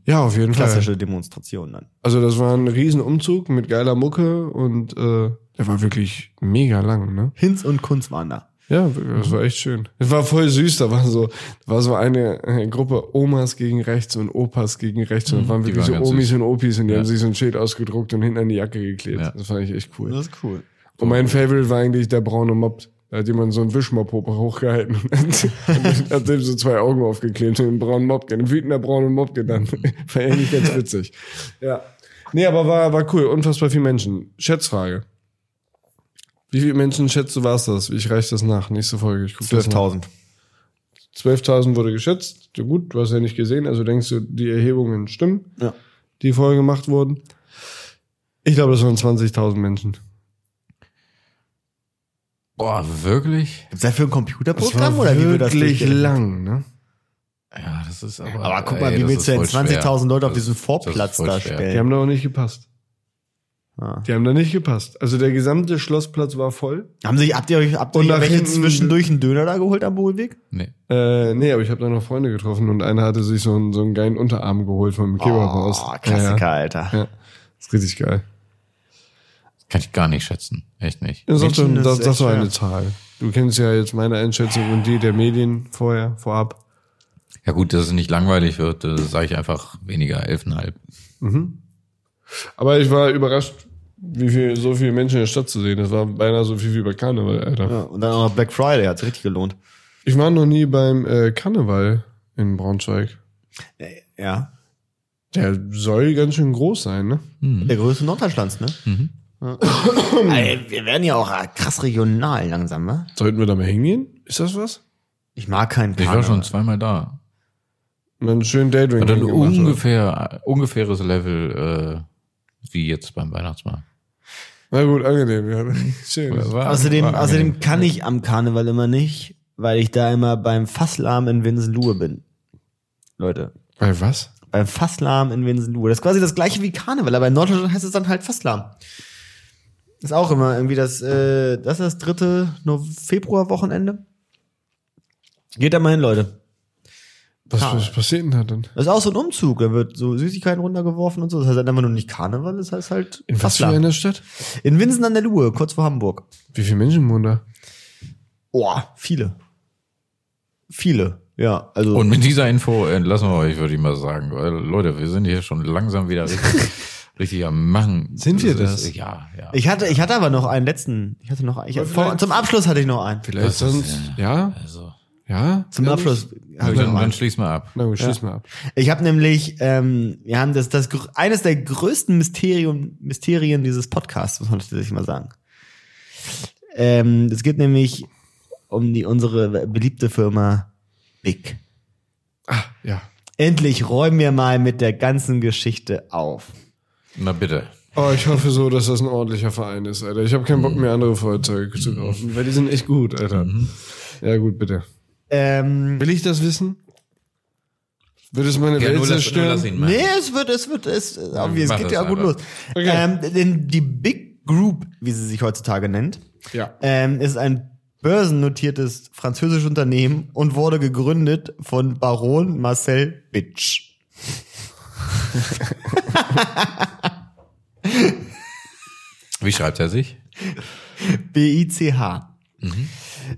S4: ja, auf jeden Fall.
S3: Klassische Demonstrationen dann.
S4: Also das war ein Riesenumzug mit geiler Mucke und äh, der war wirklich mega lang, ne?
S3: Hinz und Kunz waren da.
S4: Ja, das war echt schön. Es war voll süß, da war so, war so eine, äh, Gruppe Omas gegen rechts und Opas gegen rechts und da waren
S2: Mhm. die
S4: wirklich
S2: waren
S4: so
S2: ganz
S4: Omis
S2: süß.
S4: und Opis und die
S2: Ja.
S4: haben sich so ein Schild ausgedruckt und hinten an die Jacke geklebt.
S2: Ja.
S4: Das fand ich echt cool.
S3: ist cool.
S4: Und mein Favorite war eigentlich der braune Mob. Da hat jemand so einen Wischmopp hochgehalten und hat dem so zwei Augen aufgeklebt und einen braunen Mob genannt. Wütender brauner Mob genannt. War eigentlich ganz witzig. Ja. Nee, aber war, war cool. Unfassbar viele Menschen. Schätzfrage. Wie viele Menschen schätzt du warst das? Ich reiche das nach. Nächste Folge. Ich guck das nach.
S3: 12.000.
S4: 12.000 wurde geschätzt. So gut, du hast ja nicht gesehen, also denkst du, die Erhebungen stimmen,
S3: Ja.
S4: die vorher gemacht wurden. Ich glaube, das waren 20.000 Menschen.
S2: Boah, wirklich?
S3: Gibt's dafür ein Computerprogramm oder wie wir das
S4: wirklich
S3: durchrechnen?
S4: lang, ne?
S2: Ja, das ist aber.
S3: Aber guck mal,
S2: ey,
S3: wie
S2: das
S3: willst du
S2: ist
S3: denn
S2: voll schwer.
S3: 20.000 Leute auf
S2: Das-
S3: diesen
S2: das ist
S3: Vorplatz
S2: voll
S3: da
S2: schwer.
S3: stellen?
S4: Die haben da auch nicht gepasst.
S3: Ah.
S4: Die haben da nicht gepasst. Also der gesamte Schlossplatz war voll.
S3: Haben sich, habt ihr euch, habt
S4: Und
S3: ihr
S4: nach
S3: welche
S4: hinten-
S3: zwischendurch einen Döner da geholt am Bohlweg?
S2: Nee.
S4: Äh, nee, aber ich habe da noch Freunde getroffen und einer hatte sich so einen, so einen geilen Unterarm geholt vom Kebab aus.
S3: Oh, Klassiker,
S4: Ja,
S3: Alter.
S4: ja. ja. Ist richtig geil.
S2: Kann ich gar nicht schätzen. Echt nicht.
S4: Ja, Sag doch,
S3: Menschen, das
S4: sag,
S3: ist
S4: sag
S3: echt
S4: doch eine
S3: schwer.
S4: Zahl. Du kennst ja jetzt meine Einschätzung und die der Medien vorher, vorab.
S2: Ja, gut, dass es nicht langweilig wird, sage ich einfach weniger, 11,5.
S4: Aber ich war überrascht, wie viel, so viele Menschen in der Stadt zu sehen. Das war beinahe so viel wie bei Karneval, Alter.
S3: Ja, und dann auch noch Black Friday, hat's richtig gelohnt.
S4: Ich war noch nie beim äh, Karneval in Braunschweig.
S3: Ja.
S4: Der soll ganz schön groß sein, ne?
S3: Der größte Norddeutschlands, ne? Ja. Ey, wir werden ja auch äh, krass regional langsam, ne?
S4: Sollten wir da mal hingehen? Ist das was?
S3: Ich mag keinen
S2: Ich war schon
S3: Karneval.
S2: zweimal da.
S4: Und dann schön Daydream
S2: Und dann
S4: gemacht, oder?
S2: ungefähr, äh, ungefähres Level, äh, wie jetzt beim Weihnachtsmarkt.
S4: Na gut, angenehm, ja. Schön. also.
S2: War-
S3: Außerdem,
S2: war
S3: außerdem
S2: angenehm.
S3: kann ich am Karneval immer nicht, weil ich da immer beim Fasslahm in Winsenluhe bin. Leute,
S4: Bei was?
S3: beim Fasslahm Äh, in Winsenluhe. Das ist quasi das gleiche wie Karneval, aber in Norddeutschland heißt es dann halt Fasslahm. Ist auch immer irgendwie das, äh, das ist das dritte Nov- Februar-Wochenende. Geht da mal hin, Leute.
S4: Was,
S3: Karl.
S4: was passiert denn da dann?
S3: Das ist auch so ein Umzug, da wird so Süßigkeiten runtergeworfen und so. Das heißt halt einfach nur nicht Karneval, das heißt halt
S4: In was für
S3: Fasslahm.
S4: einer Stadt?
S3: In Winsen an der Luhe, kurz vor Hamburg.
S4: Wie viele Menschen wohnen da?
S3: Oh, viele. Viele, ja. Also
S2: Und mit dieser Info entlassen wir euch, würde ich mal sagen. Weil, Leute, wir sind hier schon langsam wieder richtig, richtig am Machen.
S4: Sind wir
S2: ist-
S4: das?
S2: Ja, ja.
S3: ich hatte, ich hatte aber noch einen letzten. Ich hatte noch einen. Ich vor, zum Abschluss hatte ich noch einen.
S4: Vielleicht
S2: Was ist
S4: sonst.
S2: denn?
S4: Ja?
S2: also,
S4: Ja? genau.
S3: Zum Abschluss habe ich noch
S2: dann,
S3: einen.
S2: dann schließ mal ab.
S4: Na gut, schließ mal ab.
S3: Ich habe nämlich, ähm, wir haben das, das gr- eines der größten Mysterium, Mysterien dieses Podcasts, muss man tatsächlich mal sagen. Ähm, es geht nämlich um die unsere beliebte Firma Big.
S4: Ah, Ja.
S3: Endlich räumen wir mal mit der ganzen Geschichte auf.
S2: Na bitte.
S4: Oh, ich hoffe so, dass das ein ordentlicher Verein ist, Alter. Ich habe keinen Bock mehr, andere Feuerzeuge zu kaufen, weil die sind echt gut, Alter. Ja, gut, bitte.
S3: Ähm,
S4: Will ich das wissen? Wird es meine Welt zerstören?
S2: mal.
S3: Nee, es wird, es wird, es, aber es
S2: mach
S3: geht
S2: das
S3: ja gut
S2: einfach.
S3: los.
S4: Okay.
S3: Ähm, denn die Big Group, wie sie sich heutzutage nennt,
S4: Ja.
S3: ähm, ist ein börsennotiertes französisches Unternehmen und wurde gegründet von Baron Marcel Bitsch.
S2: Wie schreibt er sich?
S3: B-I-C-H.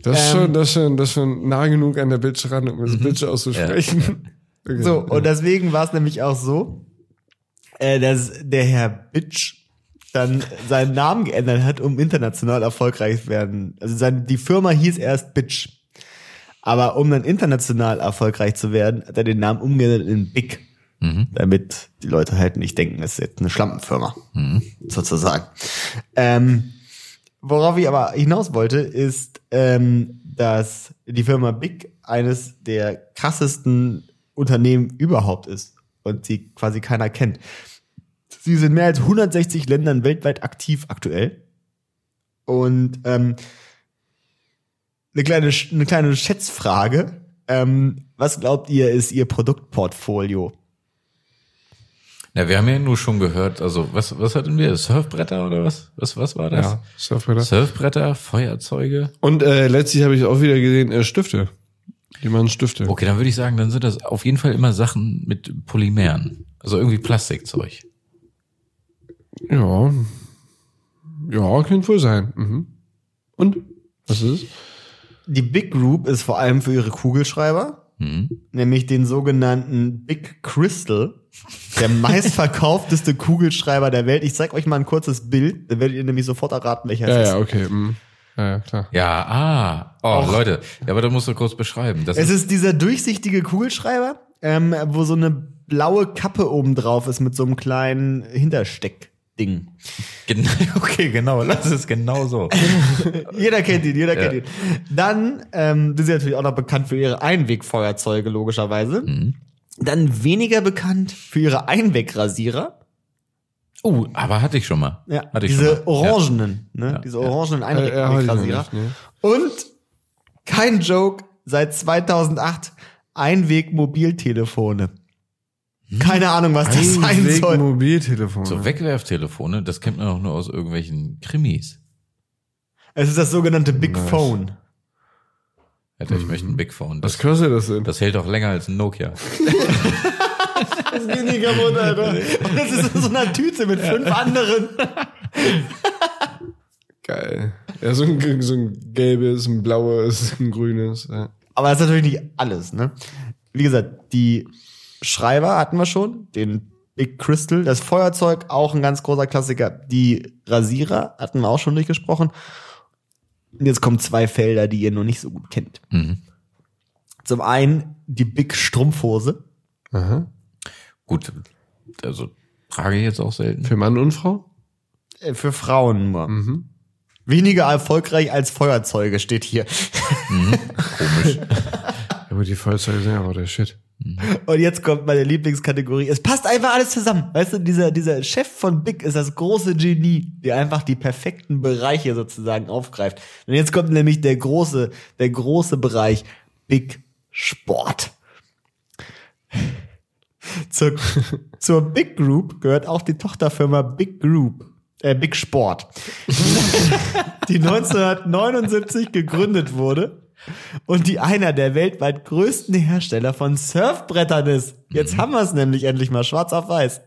S4: Das ist
S3: Ähm.
S4: schon, das ist schon, das ist schon nah genug an der Bitch ran, um das Bitch auszusprechen. Okay.
S3: So, und deswegen war es nämlich auch so, äh, dass der Herr Bitsch dann seinen Namen geändert hat, um international erfolgreich werden. Also seine, die Firma hieß erst Bitsch. Aber um dann international erfolgreich zu werden, hat er den Namen umgeändert in Big. Damit die Leute halt nicht denken, es ist jetzt eine Schlampenfirma. Sozusagen. Ähm, Worauf ich aber hinaus wollte, ist, ähm, dass die Firma Big eines der krassesten Unternehmen überhaupt ist und sie quasi keiner kennt. Sie sind in mehr als 160 Ländern weltweit aktiv aktuell. Und ähm, eine, kleine, Sch- eine kleine Schätzfrage. Ähm, was glaubt ihr, ist ihr Produktportfolio?
S2: Na, wir haben ja nur schon gehört, also was, was hatten wir? Surfbretter oder was? Was, was war das?
S4: Ja, Surfbretter.
S2: Surfbretter, Feuerzeuge.
S4: Und äh, letztlich habe ich auch wieder gesehen, äh, Stifte. Die machen Stifte.
S2: Okay, dann würde ich sagen, dann sind das auf jeden Fall immer Sachen mit Polymeren. Also irgendwie Plastikzeug.
S4: Ja. Ja, könnte wohl sein. Mhm. Und? Was ist es?
S3: Die Big Group ist vor allem für ihre Kugelschreiber.
S2: Mhm.
S3: nämlich den sogenannten Big Crystal, der meistverkaufteste Kugelschreiber der Welt. Ich zeig euch mal ein kurzes Bild, dann werdet ihr nämlich sofort erraten, welcher
S4: Ja,
S3: es ist.
S4: ja, okay. Mhm. Ja, ja, klar.
S2: Ja, ah. Oh, Leute. Ja, aber da musst du kurz beschreiben. Das
S3: Es
S2: ist,
S3: ist dieser durchsichtige Kugelschreiber, ähm, wo so eine blaue Kappe oben drauf ist mit so einem kleinen Hintersteckding.
S2: genau, okay, genau. Lass es genau so.
S3: Jeder kennt ihn, jeder
S2: Ja.
S3: kennt ihn. Dann ähm, sind sie natürlich auch noch bekannt für ihre Einwegfeuerzeuge, logischerweise.
S2: Mhm.
S3: Dann weniger bekannt für ihre Einwegrasierer.
S2: Oh, aber hatte ich schon mal.
S3: Ja,
S2: Hatte ich
S3: diese
S2: schon mal.
S3: orangenen, ne?
S2: Ja,
S3: Diese
S2: ja.
S3: orangenen
S4: Äh, ja, hatte ich noch
S3: Einwegrasierer.
S4: nicht, ne.
S3: Und kein Joke, seit 2008 Einweg-Mobiltelefone. Keine Ahnung, was das sein
S4: Einweg-
S3: soll.
S4: Mobiltelefon.
S2: So Wegwerftelefone, das kennt man auch nur aus irgendwelchen Krimis.
S3: Es ist das sogenannte Big Phone.
S2: Alter, ich möchte ein Big Phone.
S4: Was
S2: Mhm. Das,
S4: kostet das denn?
S2: das hält auch länger als ein Nokia.
S3: Das ist weniger kaputt, Alter. Und das ist in so einer Tüte mit fünf anderen.
S4: Geil. Ja, so ein, so ein gelbes, ein blaues, ein grünes. Ja.
S3: Aber das ist natürlich nicht alles, ne? Wie gesagt, die Schreiber hatten wir schon, den Big Crystal, das Feuerzeug, auch ein ganz großer Klassiker. Die Rasierer hatten wir auch schon durchgesprochen. Und jetzt kommen zwei Felder, die ihr noch nicht so gut kennt.
S2: Mhm.
S3: Zum einen die Big Strumpfhose.
S4: Aha.
S2: Gut, also trage ich jetzt auch selten.
S4: Für Mann und Frau?
S3: äh, Für Frauen nur.
S4: Mhm.
S3: Weniger erfolgreich als Feuerzeuge steht hier.
S4: Aber die Feuerzeuge sind ja auch der Shit.
S3: Und jetzt kommt meine Lieblingskategorie. Es passt einfach alles zusammen. Weißt du, dieser, dieser Chef von Big ist das große Genie, der einfach die perfekten Bereiche sozusagen aufgreift. Und jetzt kommt nämlich der große, der große Bereich Big Sport. Zur, zur Big Group gehört auch die Tochterfirma Big Group, äh, Big Sport, die 1979 gegründet wurde und die einer der weltweit größten Hersteller von Surfbrettern ist. Jetzt haben wir es nämlich endlich mal schwarz auf weiß.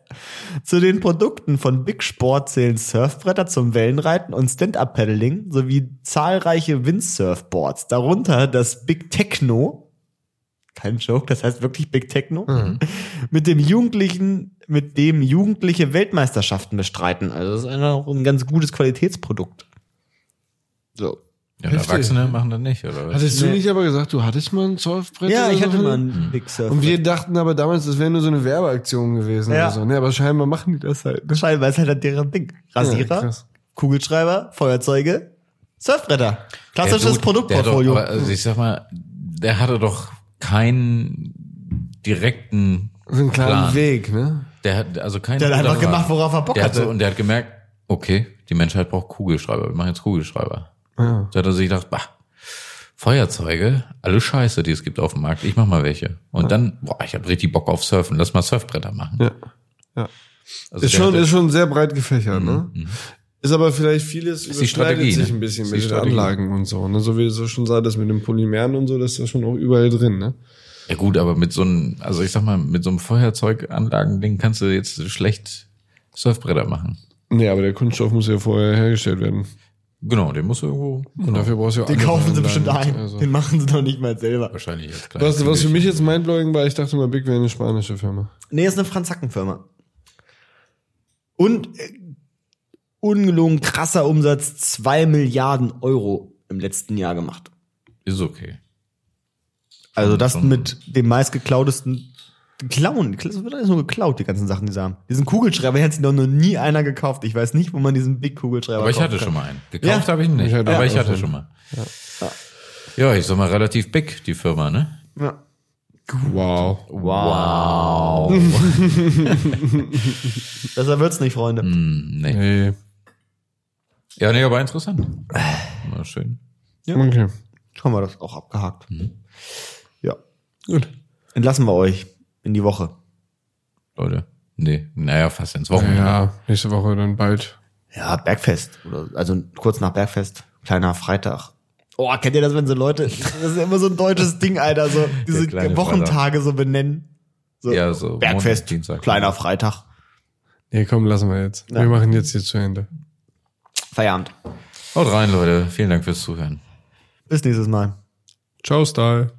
S3: Zu den Produkten von Big Sport zählen Surfbretter zum Wellenreiten und Stand-Up-Paddling sowie zahlreiche Windsurfboards, darunter das Big Techno. Kein Joke, das heißt wirklich Big Techno. Mit dem Jugendlichen, mit dem Jugendliche Weltmeisterschaften bestreiten. Also das ist einfach auch ein ganz gutes Qualitätsprodukt. So.
S2: Ja,
S4: Heftig.
S2: Erwachsene machen das nicht, oder was?
S4: Hattest du
S3: Nee.
S4: nicht aber gesagt, du hattest mal ein Surfbrett?
S3: Ja,
S4: oder
S3: ich
S4: so
S3: hatte
S4: von
S3: mal
S4: denen?
S3: einen Big Surfbrett.
S4: Mhm. Und wir dachten aber damals, das wäre nur so eine Werbeaktion gewesen
S3: Ja.
S4: oder so. Ne, aber scheinbar machen die das halt.
S3: Scheinbar ist halt deren Ding.
S4: Ja,
S3: Rasierer,
S4: krass.
S3: Kugelschreiber, Feuerzeuge, Surfbretter.
S2: Der
S3: Klassisches
S2: Dude,
S3: Produktportfolio.
S2: Der hat doch, aber, also ich sag mal, der hatte doch keinen direkten
S4: So einen kleinen
S2: Plan.
S4: Weg, ne?
S2: Der hat also keinen.
S3: Der hat einfach
S2: Plan.
S3: gemacht, worauf er Bock
S2: der hatte.
S3: hatte.
S2: Und der hat gemerkt, okay, die Menschheit braucht Kugelschreiber. Wir machen jetzt Kugelschreiber.
S4: Ja.
S2: Da hat er sich gedacht, bah, Feuerzeuge, alle Scheiße, die es gibt auf dem Markt. Ich mach mal welche. Und dann, boah, ich habe richtig Bock auf Surfen. Lass mal Surfbretter machen.
S4: Ja.
S2: Also
S4: ist
S2: der
S4: schon,
S2: hatte-
S4: ist schon sehr breit gefächert, ne? Ist aber vielleicht vieles
S2: die Strategie,
S4: überschneidet sich
S2: ne?
S4: ein bisschen
S2: Ist die
S4: mit den
S2: Strategie.
S4: Anlagen und so, ne? So wie du so schon sagtest, mit den Polymeren und so, das ist ja schon auch überall drin, ne?
S2: Ja gut, aber mit so einem, also ich sag mal, mit so einem Feuerzeuganlagending kannst du jetzt schlecht Surfbretter machen.
S4: Nee, aber der Kunststoff muss ja vorher hergestellt werden.
S2: Genau, den musst du irgendwo.
S4: Und dafür brauchst du ja
S3: Den
S4: andere
S3: kaufen sie bestimmt
S4: Anlagen,
S3: ein.
S4: also.
S3: Den machen sie doch nicht mal selber.
S2: Wahrscheinlich jetzt gleich.
S4: Was, was für mich jetzt mindblowing war, ich dachte mal, Big wäre eine spanische Firma.
S3: Nee, ist eine Franzackenfirma. Und äh, ungelogen krasser Umsatz, zwei Milliarden Euro im letzten Jahr gemacht.
S2: Ist okay.
S3: Also
S2: Schon-
S3: das
S2: schon-
S3: mit dem meistgeklautesten Klauen. Das wird alles nur geklaut, die ganzen Sachen, die sie haben. Diesen Kugelschreiber hat sich doch noch nie einer gekauft. Ich weiß nicht, wo man diesen Big Kugelschreiber
S2: Aber ich
S3: kaufen
S2: hatte
S3: kann.
S2: schon mal einen. Gekauft habe ich ihn nicht,
S4: Ich hatte
S2: aber
S4: auch
S2: ich hatte
S4: schon.
S2: schon mal. Ja, ich sag mal, relativ big, die Firma, ne?
S4: Wow.
S2: Wow.
S3: Besser wird's nicht, Freunde.
S2: Hm, nee.
S4: Hey.
S2: Ja, nee, aber interessant. Na, schön.
S4: Okay.
S3: Haben wir das auch abgehakt.
S2: Mhm.
S3: Ja.
S4: Gut.
S3: Entlassen wir euch in die Woche.
S2: Leute. Nee, naja, fast ins Wochenende.
S4: Ja, nächste Woche dann bald.
S3: Ja, Bergfest. Oder, also kurz nach Bergfest. Kleiner Freitag. Oh, kennt ihr das, wenn so Leute, das ist ja immer so ein deutsches Ding, Alter, so diese
S2: kleine
S3: Wochentage so benennen. So,
S2: Ja, so
S3: Bergfest,
S2: Montag, Dienstag.
S3: kleiner Freitag.
S4: Nee, komm, lassen wir jetzt. Wir machen jetzt hier zu Ende.
S3: Feierabend.
S2: Haut rein, Leute. Vielen Dank fürs Zuhören.
S3: Bis nächstes Mal.
S4: Ciao, Style.